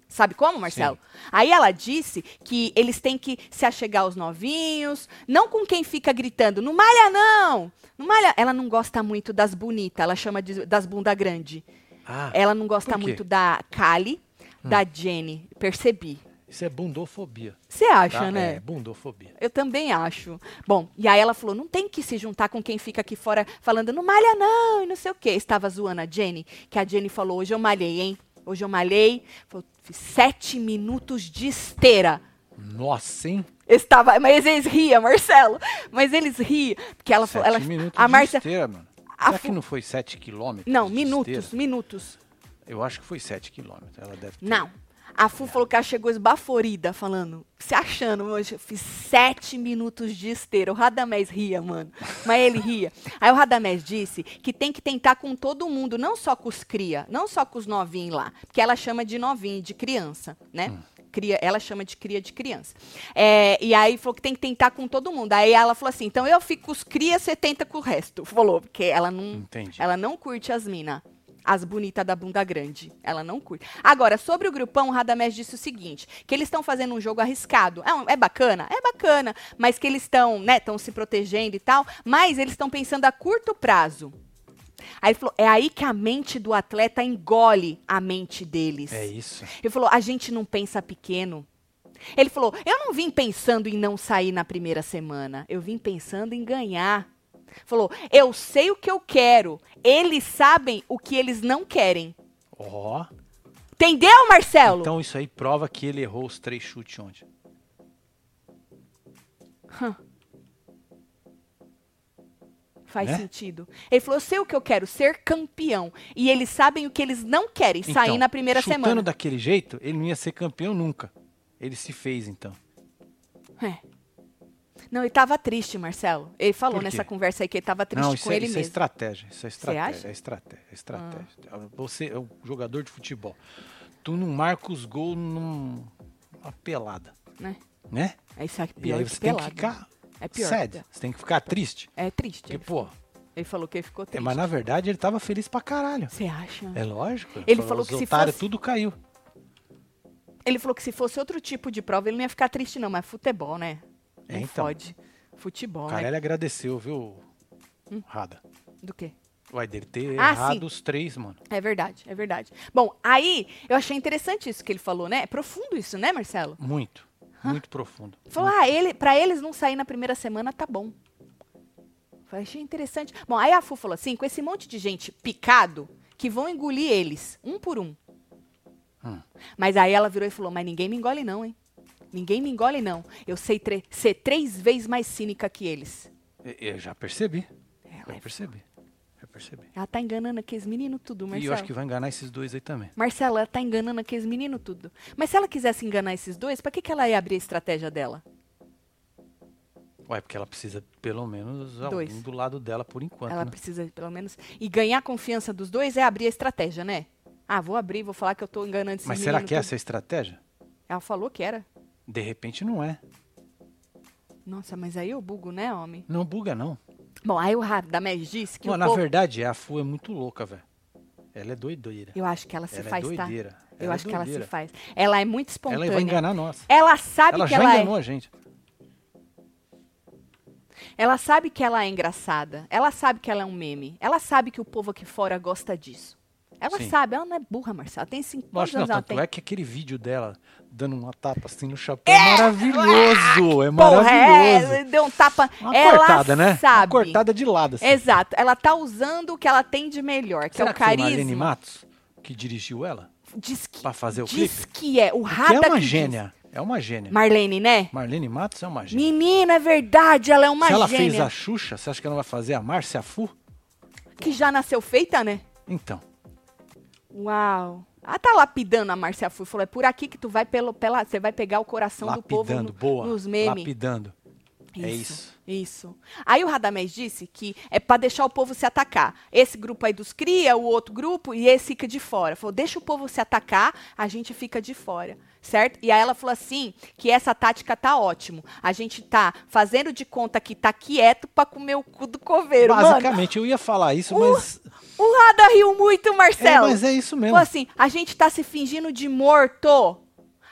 S1: Sabe como, Marcelo? Aí ela disse que eles têm que se achegar aos novinhos, não com quem fica gritando, não malha não! Não malha. Ela não gosta muito das bonitas, ela chama de- das bunda grande.
S2: Ah,
S1: Ela não gosta
S2: por quê? Hum.
S1: muito da Kali, da Jenny, percebi.
S2: isso é bundofobia.
S1: Você acha,
S2: tá?
S1: né?
S2: É, bundofobia.
S1: Eu também acho. Bom, e aí ela falou: não tem que se juntar com quem fica aqui fora falando, não malha não, e não sei o quê. Estava zoando a Jenny, que a Jenny falou: hoje eu malhei, hein? Hoje eu malhei. Falou, "Fiz sete minutos de esteira.
S2: Nossa, hein?
S1: Estava, mas eles riam, Marcelo. Mas eles riam, porque ela falou,
S2: Sete
S1: ela,
S2: minutos
S1: a
S2: de
S1: Márcia,
S2: esteira, mano.
S1: a
S2: Será
S1: Fu-
S2: que não foi 7 quilômetros?
S1: não,
S2: de
S1: minutos,
S2: esteira?
S1: minutos.
S2: Eu acho que foi 7 quilômetros. Ela deve ter.
S1: Não. A Fu falou que ela chegou esbaforida, falando, se achando, "Mano, eu fiz sete minutos de esteira. O Radamés ria, mano. Mas ele ria. Aí o Radamés disse que tem que tentar com todo mundo, não só com os cria, não só com os novinhos lá. Porque ela chama de novinho, de criança, né? Cria, ela chama de cria de criança. É, e aí falou que tem que tentar com todo mundo. Aí ela falou assim: então eu fico com os cria, você tenta com o resto. Falou, porque ela não,
S2: Entendi.
S1: ela não curte as mina. As bonitas da bunda grande. Ela não curte. Agora, sobre o grupão, o Radamés disse o seguinte: que eles estão fazendo um jogo arriscado. É, um- é bacana? É bacana. Mas que eles estão, né, estão se protegendo e tal. Mas eles estão pensando a curto prazo. Aí ele falou: é aí que a mente do atleta engole a mente deles.
S2: É isso.
S1: Ele falou: a gente não pensa pequeno. Ele falou: eu não vim pensando em não sair na primeira semana. Eu vim pensando em ganhar. Falou: eu sei o que eu quero. Eles sabem o que eles não querem.
S2: Ó.
S1: Entendeu, Marcelo?
S2: Então isso aí prova que ele errou os três chutes ontem.
S1: Faz
S2: né?
S1: sentido. Ele falou: eu sei o que eu quero, ser campeão. E eles sabem o que eles não querem, sair
S2: Então,
S1: na primeira
S2: chutando
S1: semana.
S2: daquele jeito, ele não ia ser campeão nunca. Ele se fez, então.
S1: É. Não, ele tava triste, Marcelo. Ele falou
S2: Por quê?
S1: nessa conversa aí que ele tava triste
S2: não, isso,
S1: com
S2: é,
S1: ele
S2: isso é
S1: mesmo.
S2: estratégia. Isso é estratégia.
S1: acha? Ah.
S2: É estratégia. é estratégia. Você é um jogador de futebol. Tu não marca os gols numa pelada,
S1: né?
S2: né?
S1: É isso é
S2: E
S1: pior
S2: aí
S1: que
S2: você tem
S1: pelado.
S2: que ficar
S1: É pior.
S2: sad. Você tem que ficar triste.
S1: É triste.
S2: Porque,
S1: Ele,
S2: pô,
S1: ele falou que ele ficou
S2: é,
S1: triste.
S2: mas na verdade ele tava feliz pra caralho.
S1: Você acha?
S2: É lógico.
S1: Ele falou
S2: os
S1: que se
S2: otários,
S1: fosse-
S2: tudo caiu.
S1: Ele falou que se fosse outro tipo de prova, ele não ia ficar triste, não, mas futebol, né?
S2: É,
S1: Não
S2: então.
S1: pode. Futebol,
S2: O
S1: né?
S2: Carelli agradeceu, viu,
S1: Hum.
S2: Rada?
S1: Do quê?
S2: Uai, dele ter
S1: Ah,
S2: errado
S1: sim.
S2: os três, mano.
S1: É verdade, é verdade. Bom, aí eu achei interessante isso que ele falou, né? É profundo isso, né, Marcelo?
S2: Muito. Muito profundo.
S1: Falou, ah, ele, pra eles não sair na primeira semana, tá bom. Eu achei interessante. Bom, aí a Fu falou assim, com esse monte de gente picado, que vão engolir eles, um por um.
S2: Hum.
S1: Mas aí ela virou e falou, mas ninguém me engole não, hein? Ninguém me engole não. Eu sei tre- ser três vezes mais cínica que eles.
S2: E- Eu já percebi.
S1: Ela,
S2: Já percebi. Já percebi.
S1: ela tá enganando aqueles meninos tudo, Marcelo.
S2: E eu acho que vai enganar esses dois aí também.
S1: Marcela, ela tá enganando aqueles meninos tudo. Mas se ela quisesse enganar esses dois, pra que, que ela ia abrir a estratégia dela?
S2: Ué, porque ela precisa pelo menos
S1: Dois.
S2: alguém do lado dela por enquanto,
S1: ela
S2: né?
S1: precisa, pelo menos. E ganhar a confiança dos dois é abrir a estratégia, né? Ah, vou abrir, vou falar que eu tô enganando esses
S2: Mas
S1: meninos.
S2: será que
S1: tudo.
S2: essa é assim? a estratégia?
S1: Ela falou que era.
S2: De repente não é.
S1: Nossa, mas aí eu bugo, né, homem?
S2: Não buga, não.
S1: Bom, aí o Rafa da Meg disse que
S2: Não,
S1: o
S2: na
S1: povo...
S2: verdade, a Fu é muito louca, velho. Ela é doideira.
S1: Eu acho que ela se
S2: Ela
S1: faz,
S2: é
S1: tá?
S2: doideira.
S1: Eu acho
S2: é
S1: que ela se
S2: doideira.
S1: faz. Ela é muito
S2: Ela
S1: espontânea.
S2: vai enganar nós.
S1: Ela sabe
S2: Ela
S1: que
S2: já
S1: ela é.
S2: enganou a gente.
S1: Ela sabe que ela é engraçada. Ela sabe que ela é um meme. Ela sabe que o povo aqui fora gosta disso. Ela
S2: Sim.
S1: sabe, ela não é burra, Marcelo. Ela tem 50 anos,
S2: Lógico que não,
S1: ela
S2: tanto
S1: tem.
S2: é que aquele vídeo dela dando uma tapa assim no chapéu é maravilhoso.
S1: Porra,
S2: É maravilhoso.
S1: é, deu um tapa.
S2: Uma
S1: ela
S2: cortada, né? Uma
S1: sabe.
S2: cortada de lado. Assim.
S1: Exato. Ela tá usando o que ela tem de melhor, que
S2: Será
S1: é o
S2: que foi Marlene
S1: carisma.
S2: Matos que dirigiu ela
S1: Diz que,
S2: pra fazer o clipe?
S1: diz que é. O
S2: Que
S1: Rada
S2: é uma
S1: que diz.
S2: gênia. É uma gênia.
S1: Marlene, né?
S2: Marlene Matos é uma gênia.
S1: Menina, é verdade, ela é uma
S2: Se ela
S1: gênia.
S2: fez a Xuxa, você acha que ela não vai fazer a Márcia Fu?
S1: Que já nasceu feita, né?
S2: Então.
S1: Uau. Ela tá lapidando a Márcia Fui. Falou, é por aqui que tu vai pelo, pela, você vai pegar o coração do povo no-
S2: Lapidando, boa.
S1: nos memes.
S2: Lapidando. É isso.
S1: Isso. Aí o Radamés disse que é pra deixar o povo se atacar. Esse grupo aí dos cria, o outro grupo, e esse fica de fora. Falou, deixa o povo se atacar, a gente fica de fora, certo? E aí ela falou assim, que essa tática tá ótimo. A gente tá fazendo de conta que tá quieto pra comer o cu do coveiro, mano. Uh!
S2: Basicamente, eu ia falar isso, mas.
S1: O Rada riu muito,
S2: É,
S1: Marcelo.
S2: mas é isso mesmo.
S1: Falou assim, a gente tá se fingindo de morto.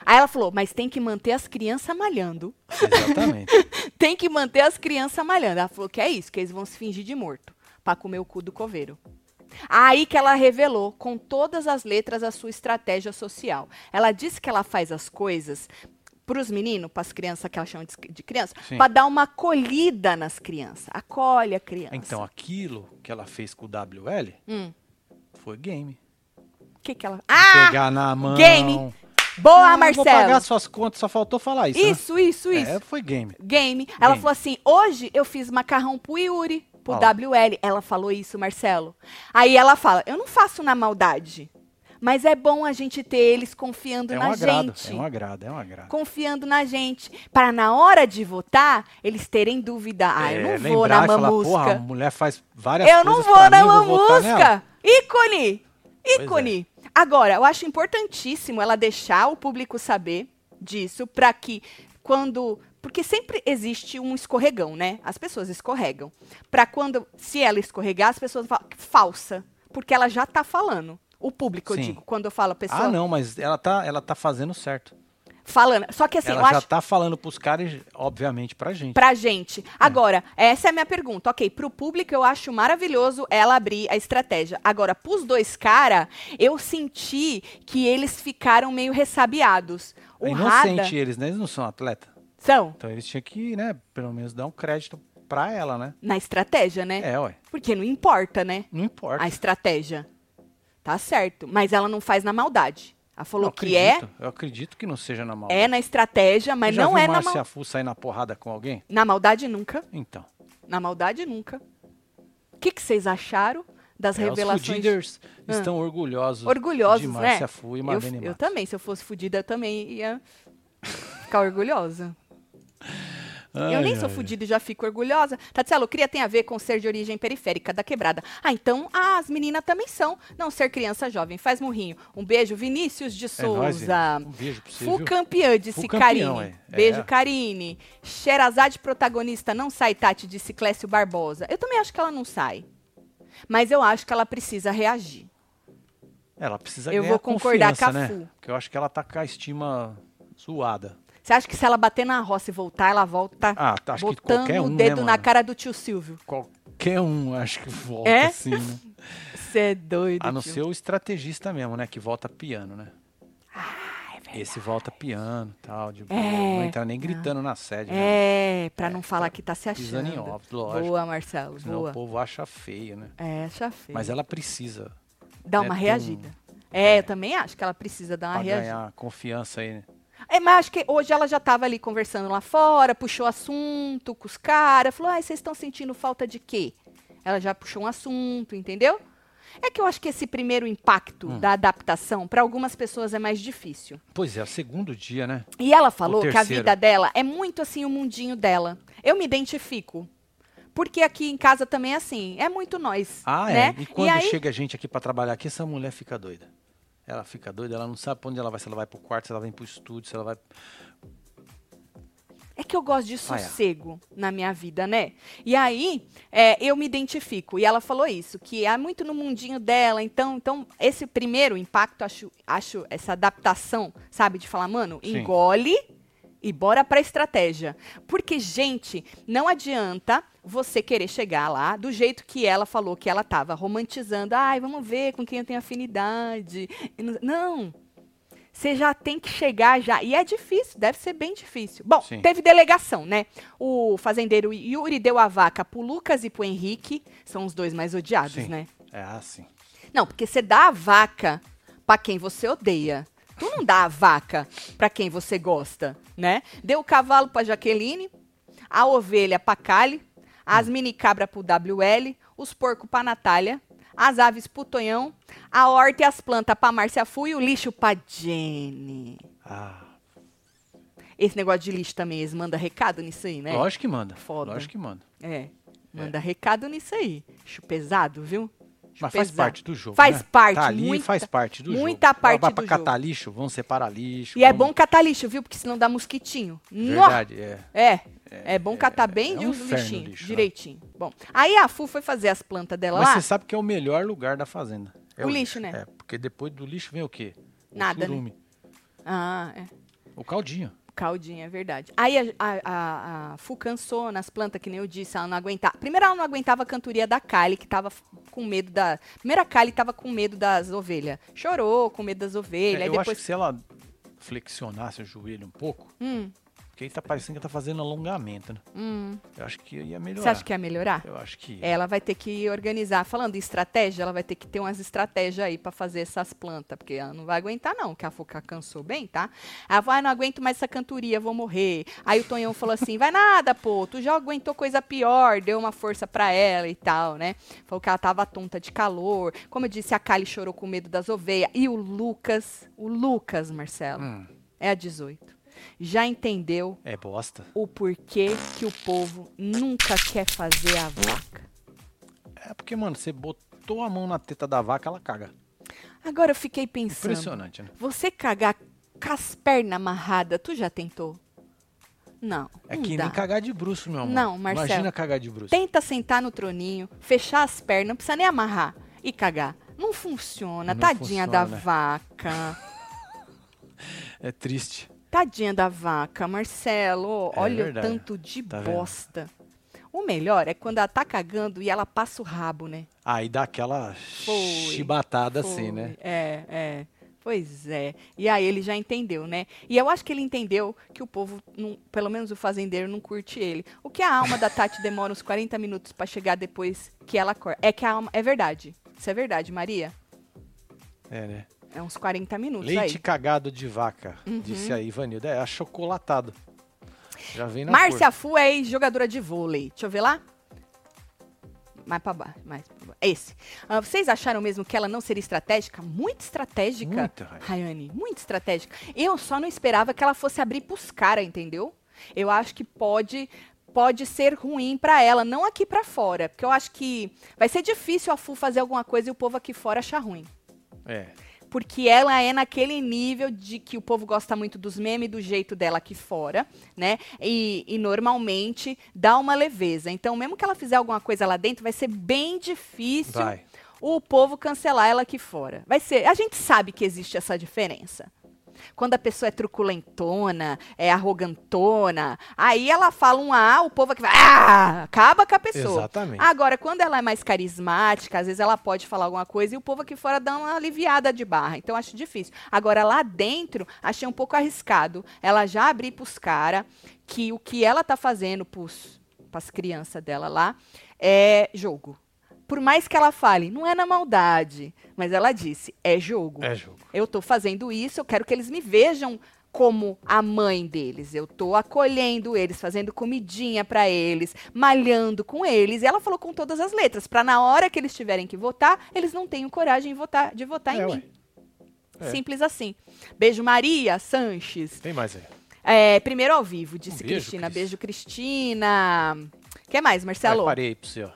S1: Aí ela falou, mas tem que manter as crianças malhando.
S2: Exatamente.
S1: [LAUGHS] Tem que manter as crianças malhando. Ela falou que é isso, que eles vão se fingir de morto pra comer o cu do coveiro. Aí que ela revelou com todas as letras a sua estratégia social. Ela disse que ela faz as coisas pros meninos, pras crianças que ela chama de, de criança,
S2: Sim.
S1: pra dar uma acolhida nas crianças. Acolhe a criança.
S2: Então, aquilo que ela fez com o WL
S1: Hum.
S2: foi game.
S1: o que que ela... Ah!
S2: Pegar na mão.
S1: game. Boa,
S2: Ah,
S1: Marcelo!
S2: Vou pagar suas contas, só faltou falar isso. né?
S1: Isso, isso, isso.
S2: É, foi game.
S1: Game. Ela
S2: Game.
S1: falou assim: hoje eu fiz macarrão pro Yuri, pro
S2: Olha lá.
S1: WL. Ela falou isso, Marcelo. Aí ela fala: eu não faço na maldade, mas é bom a gente ter eles confiando
S2: É um
S1: na
S2: agrado.
S1: gente.
S2: É um agrado, é um agrado.
S1: Confiando na gente. Para na hora de votar, eles terem dúvida. Ah, eu
S2: É,
S1: não vou na
S2: lembrar e falar, Porra, a
S1: mamusca.
S2: mulher faz várias
S1: Eu não
S2: coisas
S1: vou
S2: pra
S1: na
S2: mim, eu vou votar nela. é.
S1: mamusca. Ícone! Ícone! Agora, eu acho importantíssimo ela deixar o público saber disso para que quando. Porque sempre existe um escorregão, né? As pessoas escorregam. Para quando, se ela escorregar, as pessoas falam falsa. Porque ela já tá falando. O público,
S2: Sim.
S1: eu digo, quando eu falo a pessoa
S2: Ah, não, mas ela tá, ela tá fazendo certo.
S1: falando. Só que assim,
S2: ela
S1: eu
S2: já
S1: acho.
S2: tá falando pros caras, obviamente, pra gente. É
S1: Pra gente. Agora, essa é a minha pergunta. Ok, pro público eu acho maravilhoso ela abrir a estratégia. Agora, pros dois cara, eu senti que eles ficaram meio ressabiados.
S2: é
S1: O
S2: inocente
S1: Rada...
S2: eles, né? Eles não são atleta.
S1: São,
S2: Então eles tinham que, né, pelo menos dar um crédito pra ela, né?
S1: na estratégia, né?
S2: É, ué.
S1: Porque não importa, né?
S2: Não importa.
S1: A estratégia. Tá certo. Mas ela não faz na maldade. Ela falou
S2: eu
S1: que é,
S2: acredito, Eu acredito que não seja na maldade.
S1: é na estratégia, mas
S2: Você já
S1: não
S2: viu
S1: é na
S2: Márcia
S1: maldade.
S2: Fu sair na porrada com alguém?
S1: Na maldade nunca.
S2: Então.
S1: Na maldade nunca. O que, que vocês acharam das
S2: é, Os
S1: revelações? Ah.
S2: Fudiders estão orgulhosos,
S1: Orgulhosos,
S2: de
S1: né?
S2: Márcia Fu e
S1: Eu-
S2: Marlene
S1: eu,
S2: Matos.
S1: também, se eu fosse fudida, eu também ia ficar orgulhosa. eu
S2: Ai,
S1: nem sou
S2: ai,
S1: fudida e já fico orgulhosa. Tatielo, cria tem a ver com ser de origem periférica da quebrada. Ah, então ah, as meninas também são. Não ser criança jovem. Faz murrinho. Um beijo, Vinícius de
S2: É nóis,
S1: Souza.
S2: Vini. um beijo pra você,
S1: Fu
S2: viu?
S1: campeã, disse
S2: Fu campeão,
S1: Karine.
S2: é.
S1: Beijo,
S2: É.
S1: Karine. Xerazade protagonista não sai, Tati, disse Clécio Barbosa. Eu também acho que ela não sai. Mas eu acho que ela precisa reagir.
S2: Ela precisa
S1: Eu
S2: ganhar
S1: vou concordar com a
S2: confiança, né?
S1: Fu.
S2: Porque eu acho que ela tá com a estima zoada.
S1: Você acha que se ela bater na roça e voltar, ela volta
S2: Ah, tá, acho que
S1: botando
S2: qualquer
S1: o
S2: um,
S1: dedo
S2: né,
S1: na
S2: mano?
S1: cara do tio Silvio?
S2: Qualquer um, acho que volta,
S1: É?
S2: assim, né?
S1: Você é doido,
S2: A Ah, não
S1: tio.
S2: ser o estrategista mesmo, né? Que volta piano, né? Esse volta piano tal, de boa,
S1: Ah, É.
S2: não entra nem gritando na sede, né?
S1: É, pra não falar que tá se achando.
S2: Pisando em ovos, lógico.
S1: Boa, Marcelo,
S2: Senão
S1: boa.
S2: o povo acha feio, né?
S1: É, acha feio.
S2: Mas ela precisa
S1: Dá
S2: né,
S1: uma
S2: tem um-
S1: reagida. É, eu também acho que ela precisa dar uma
S2: pra
S1: reagida.
S2: ganhar confiança aí, né?
S1: É, mas acho que hoje ela já estava ali conversando lá fora, puxou assunto com os caras, falou: ai, vocês estão sentindo falta de quê? Ela já puxou um assunto, entendeu? É que eu acho que esse primeiro impacto
S2: Hum.
S1: da adaptação, para algumas pessoas, é mais difícil.
S2: Pois é, o segundo dia, né?
S1: E ela falou que a
S2: terceiro.
S1: vida dela é muito assim o mundinho dela. Eu me identifico. Porque aqui em casa também é assim, é muito nós.
S2: Ah, é.
S1: né?
S2: E quando
S1: aí,
S2: chega gente aqui pra trabalhar aqui, essa mulher fica doida. Ela fica doida, ela não sabe pra onde ela vai, se ela vai pro quarto, se ela vem pro estúdio, se ela vai.
S1: É que eu gosto de
S2: Ah, é.
S1: sossego na minha vida, né? E aí, é, eu me identifico. E ela falou isso, que é muito no mundinho dela. Então, então esse primeiro impacto, acho, acho essa adaptação, sabe? De falar, mano,
S2: Sim.
S1: engole e bora pra estratégia. Porque, gente, não adianta você querer chegar lá do jeito que ela falou que ela tava romantizando. Ai, vamos ver com quem eu tenho afinidade. E não- Não! Você já tem que chegar já. E é difícil, deve ser bem difícil. Bom,
S2: Sim.
S1: teve delegação, né? O fazendeiro Yuri deu a vaca pro Lucas e pro Henrique. São os dois mais odiados,
S2: Sim.
S1: né?
S2: É assim.
S1: Não, porque você dá a vaca pra quem você odeia. Tu não dá a vaca pra quem você gosta, né? Deu o cavalo pra Jaqueline, a ovelha pra Cali, as mini cabra pro WL, os porcos pra Natália, as aves pro Tonhão, a horta e as plantas pra Márcia Fu e o lixo pra Jenny.
S2: Ah,
S1: Esse negócio de lixo também, eles mandam recado nisso aí, né?
S2: lógico que manda.
S1: Foda.
S2: Lógico que manda.
S1: É, manda recado nisso aí. Acho pesado, viu? Acho
S2: Mas faz
S1: pesado.
S2: parte do jogo.
S1: Faz
S2: né?
S1: parte,
S2: Tá ali,
S1: muita-
S2: faz parte do jogo.
S1: muita parte
S2: Vai
S1: do
S2: pra catar lixo, vão separar lixo.
S1: E é
S2: vão-
S1: bom catar lixo, viu? Porque senão dá mosquitinho. Nó!
S2: Verdade, é.
S1: É, é bom catar bem
S2: é
S1: de
S2: um
S1: uns
S2: inferno
S1: lixinhos,
S2: lixo, né?
S1: direitinho. Bom, aí a Fu foi fazer as plantas dela
S2: Mas
S1: lá.
S2: você sabe que é o melhor lugar da fazenda. É
S1: O lixo, né?
S2: É, porque depois do lixo vem o quê? O
S1: Nada, né?
S2: churume,
S1: Ah, é.
S2: o caldinho.
S1: Caldinha, é verdade. Aí a, a, a- a Fu cansou nas plantas, que nem eu disse, ela não aguentava. Primeiro ela não aguentava a cantoria da Kali, que tava f- com medo da... Primeiro a Kali tava com medo das ovelhas. Chorou com medo das ovelhas,
S2: É,
S1: aí
S2: eu acho
S1: depois...
S2: que se ela flexionasse o joelho um pouco,
S1: Hum,
S2: porque aí tá parecendo que tá fazendo alongamento, né?
S1: hum.
S2: Eu acho que ia melhorar.
S1: Você acha que é? ia melhorar?
S2: Eu acho que ia.
S1: Ela vai ter que organizar. Falando em estratégia, ela vai ter que ter umas estratégias aí pra fazer essas plantas, porque ela não vai aguentar não, que a Fuca cansou bem, tá? Ela vai, não aguento mais essa cantoria, vou morrer. Aí o Tonhão falou assim: "Vai nada, pô, tu já aguentou coisa pior", deu uma força pra ela e tal, né? Falou que ela tava tonta de calor. Como eu disse, a Kali chorou com medo das ovelhas e o Lucas, o Lucas, Marcelo,
S2: Hum,
S1: é a 18. Já entendeu
S2: é bosta.
S1: o porquê que o povo nunca quer fazer a vaca?
S2: É porque, mano, você botou a mão na teta da vaca, ela caga.
S1: Agora eu fiquei pensando.
S2: Impressionante, né?
S1: Você cagar com as pernas amarradas, tu já tentou? Não.
S2: É
S1: não
S2: que
S1: dá.
S2: nem cagar de bruxo, meu amor.
S1: Não, Marcelo.
S2: Imagina cagar de bruxo.
S1: Tenta sentar no troninho, fechar as pernas, não precisa nem amarrar e cagar. Não funciona,
S2: Não
S1: tadinha da
S2: funciona. [LAUGHS]
S1: vaca.
S2: É triste.
S1: Tadinha da vaca, Marcelo.
S2: É
S1: olha
S2: verdade.
S1: o tanto de
S2: Tá vendo?
S1: bosta. O melhor é quando ela tá cagando e ela passa o rabo, né?
S2: Aí dá aquela chibatada assim, né?
S1: Foi, Tipo, É, é. Pois é. E aí ele já entendeu, né? E eu acho que ele entendeu que o povo, não- pelo menos o fazendeiro, não curte ele. O que a alma da Tati demora uns 40 minutos pra chegar depois que ela acorda. É que a alma. É verdade. Isso é verdade, Maria.
S2: É, né?
S1: É uns 40 minutos
S2: Leite
S1: aí. Uhum.
S2: cagado de vaca, disse a Ivanilda. É achocolatado. Já vem na
S1: Márcia
S2: cor.
S1: Fu é ex-jogadora de vôlei. Deixa eu ver lá. Mais pra baixo, mais pra baixo. Esse. Ah, vocês acharam mesmo que ela não seria estratégica? Muito estratégica.
S2: Muita, Raia.
S1: Rayane, muito estratégica. Eu só não esperava que ela fosse abrir pros caras, entendeu? Eu acho que pode pode ser ruim pra ela, não aqui pra fora, porque eu acho que vai ser difícil a Fu fazer alguma coisa e o povo aqui fora achar ruim.
S2: É.
S1: Porque ela é naquele nível de que o povo gosta muito dos memes do jeito dela aqui fora, né? E, e normalmente dá uma leveza. Então, mesmo que ela fizer alguma coisa lá dentro, vai ser bem difícil
S2: Vai.
S1: o povo cancelar ela aqui fora. Vai ser. A gente sabe que existe essa diferença. Quando a pessoa é truculentona, é arrogantona, aí ela fala um A, o povo aqui vai, ah, acaba com a pessoa.
S2: Exatamente.
S1: Agora, quando ela é mais carismática, às vezes ela pode falar alguma coisa e o povo aqui fora dá uma aliviada de barra. Então, acho difícil. Agora, lá dentro, achei um pouco arriscado ela já abrir pros caras que o que ela tá fazendo pros, pras crianças dela lá é jogo. Por mais que ela fale, não é na maldade, mas ela disse, é jogo.
S2: É jogo.
S1: Eu tô fazendo isso, eu quero que eles me vejam como a mãe deles. Eu tô acolhendo eles, fazendo comidinha pra eles, malhando com eles. E ela falou com todas as letras, pra na hora que eles tiverem que votar, eles não tenham coragem de votar, de votar
S2: É,
S1: tá em
S2: ué.
S1: mim.
S2: É.
S1: Simples assim. Beijo Maria Sanches.
S2: Tem mais aí.
S1: É, primeiro ao vivo, disse
S2: beijo,
S1: Cristina.
S2: Cris.
S1: Beijo, Cristina. que mais,
S2: Aí,
S1: Marcelo?
S2: parei aí pra você, ó.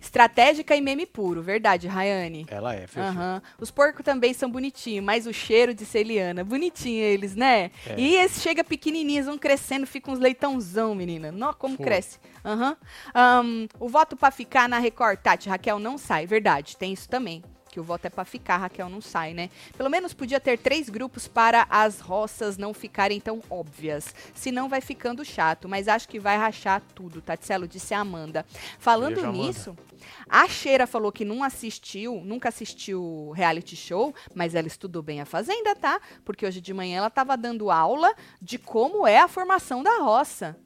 S1: Estratégica e meme puro, verdade, Rayane.
S2: Ela é, fechou.
S1: Aham. Os porcos também são bonitinhos, mas o cheiro de Celiana. Bonitinho eles, né?
S2: É.
S1: E esse chega pequenininhos, vão crescendo, fica uns leitãozão, menina. Nó, como
S2: Foi.
S1: cresce. Aham. Ahn, o voto pra ficar na Record, Tati, Raquel não sai. Verdade, tem isso também. Que o voto é pra ficar, Raquel não sai, né? Pelo menos podia ter três grupos para as roças não ficarem tão óbvias. Senão vai ficando chato, mas acho que vai rachar tudo, Tatselo disse a Amanda. Falando
S2: Beijo, Amanda.
S1: nisso, a Cheira falou que não assistiu, nunca assistiu reality show, mas ela estudou bem a Fazenda, tá? Porque hoje de manhã ela tava dando aula de como é a formação da roça.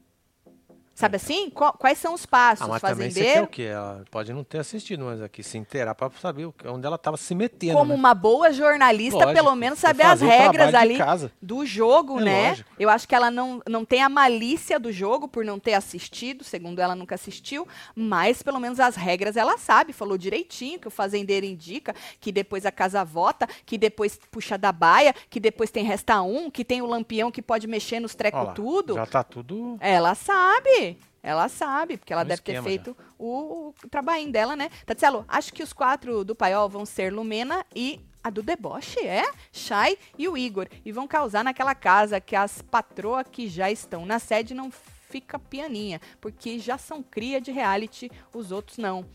S1: Sabe assim? Qua- Quais são os passos?
S2: É. Ah, mas também você quer o
S1: Fazendeiro,
S2: quê? Ela pode não ter assistido, mas aqui se inteirar pra saber o que- onde ela tava se metendo.
S1: como
S2: né?
S1: uma boa jornalista,
S2: Lógico,
S1: pelo menos
S2: foi
S1: saber as
S2: fazer o trabalho
S1: regras
S2: de
S1: ali
S2: casa.
S1: do jogo,
S2: É
S1: né?
S2: lógico.
S1: Eu acho que ela não, não tem a malícia do jogo por não ter assistido, segundo ela nunca assistiu, mas pelo menos as regras ela sabe, falou direitinho que o fazendeiro indica, que depois a casa vota, que depois puxa da baia, que depois tem resta um, que tem o lampião que pode mexer nos
S2: Ó
S1: trecos
S2: lá,
S1: É tudo.
S2: Já tá tudo.
S1: Ela sabe. Ela sabe, porque ela
S2: Um
S1: deve ter
S2: esquema
S1: feito o, o trabalhinho dela, né? Tatielo, acho que os quatro do paiol vão ser Lumena e a do deboche, é? Shai e o Igor. E vão causar naquela casa que as patroas que já estão na sede não fica pianinha, porque já são cria de reality, os outros não.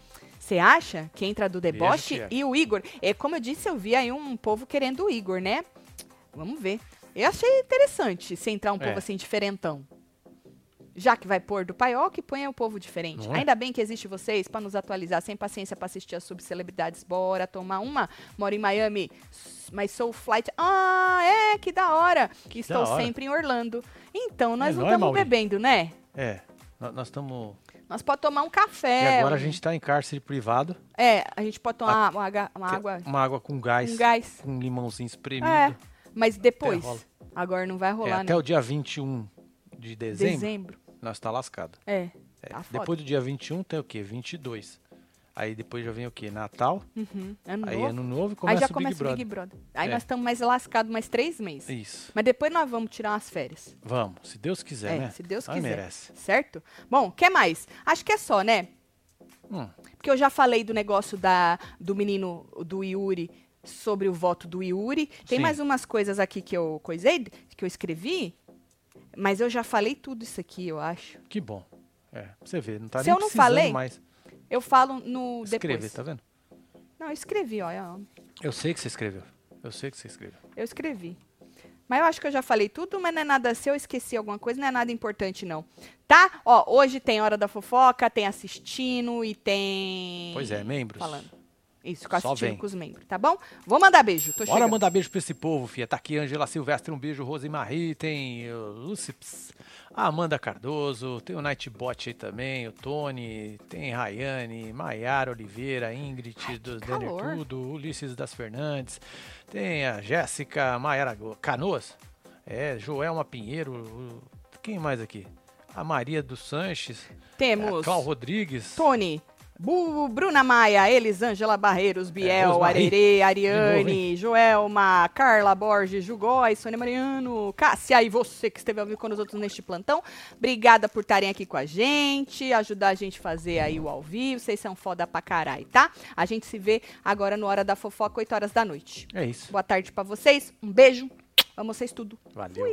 S1: Você acha que entra a do deboche
S2: Tia.
S1: e o Igor? É, como eu disse, eu vi aí um povo querendo o Igor, né? Vamos ver. Eu achei interessante se entrar um
S2: É.
S1: povo assim diferentão. Já que vai pôr do paiol, que ponha o povo diferente.
S2: Não é?
S1: Ainda bem que existe vocês para nos atualizar. Sem paciência para assistir as subcelebridades. Bora tomar uma. Moro em Miami, s- mas sou flight. Ah, é, que da hora. Que Estou
S2: da hora.
S1: sempre em Orlando. Então, nós
S2: É
S1: não
S2: nóis,
S1: estamos
S2: Mauri.
S1: bebendo, né?
S2: É. nó- Nós estamos.
S1: Nós podemos tomar um
S2: E
S1: café.
S2: agora a
S1: um-
S2: gente tá em cárcere privado.
S1: É, a gente pode tomar uma, aga- uma
S2: Tem
S1: água
S2: Uma água com é um gás.
S1: com gás.
S2: Com limãozinho espremido.
S1: É, mas depois.
S2: rola.
S1: Agora não vai
S2: É,
S1: rolar,
S2: até
S1: né?
S2: o dia 21 de dezembro, nós tá lascado.
S1: É.
S2: É,
S1: Tá foda.
S2: depois do dia 21 tem o quê? 22. Aí depois já vem o quê? Natal.
S1: Uhum. Ano
S2: aí é
S1: novo.
S2: ano novo e
S1: Aí
S2: começa
S1: já
S2: o Big
S1: começa o
S2: Brother.
S1: Big Brother. Aí
S2: É.
S1: nós estamos mais lascados mais três meses.
S2: Isso.
S1: Mas depois nós vamos tirar umas férias.
S2: Vamos, se Deus quiser,
S1: É,
S2: né?
S1: se Deus
S2: Nós
S1: quiser.
S2: merece.
S1: Certo? Bom, o que mais? Acho que é só, né?
S2: Hum.
S1: Porque eu já falei do negócio da, do menino do Yuri sobre o voto do Yuri. Tem
S2: Sim.
S1: mais umas coisas aqui que eu coisei, que eu escrevi. Mas eu já falei tudo isso aqui, eu acho.
S2: Que bom. É, pra você vê, não tá
S1: Se
S2: nem
S1: eu não
S2: precisando
S1: falei,
S2: mais
S1: Eu falo no
S2: escrever,
S1: depois.
S2: tá vendo?
S1: Não, eu escrevi, olha. ó.
S2: Eu sei que você escreveu. Eu sei que você escreveu.
S1: Eu escrevi. Mas eu acho que eu já falei tudo, mas não é nada. Se eu esqueci alguma coisa, não é nada importante, não. Tá? Ó, hoje tem Hora da Fofoca, tem assistindo e tem.
S2: Pois é, membros.
S1: Falando. Isso, com
S2: Só
S1: assistindo
S2: vem.
S1: com os membros, tá bom? Vou mandar beijo. Tô
S2: Bora
S1: chegando.
S2: mandar beijo pra esse povo, fia. Tá aqui Angela Silvestre, um beijo. Rose Marie, tem o Lucips, a Amanda Cardoso, tem o Nightbot aí também, o Tony, tem Rayane, Maiara Oliveira, Ingrid dos Denner
S1: calor.
S2: Tudo, Ulisses das Fernandes, tem a Jéssica, Maiara Go- Canoas, é, Joelma Pinheiro, o- quem mais aqui? A Maria dos Sanches, a
S1: Temos.
S2: Clau Rodrigues,
S1: Tony. Bu- Bruna Maia, Elisângela Barreiros, Biel,
S2: É, Rosmarie.
S1: Arerê,
S2: De novo,
S1: Ariane, Joelma, Carla Borges, Jugói, Sônia Mariano, Cássia e você que esteve ao vivo com os outros neste plantão. Obrigada por estarem aqui com a gente, ajudar a gente a fazer aí o ao vivo. Vocês são foda pra caralho, tá? A gente se vê agora no Hora da Fofoca, 8 horas da noite.
S2: É isso.
S1: Boa tarde pra vocês, um beijo, amo vocês tudo.
S2: Valeu.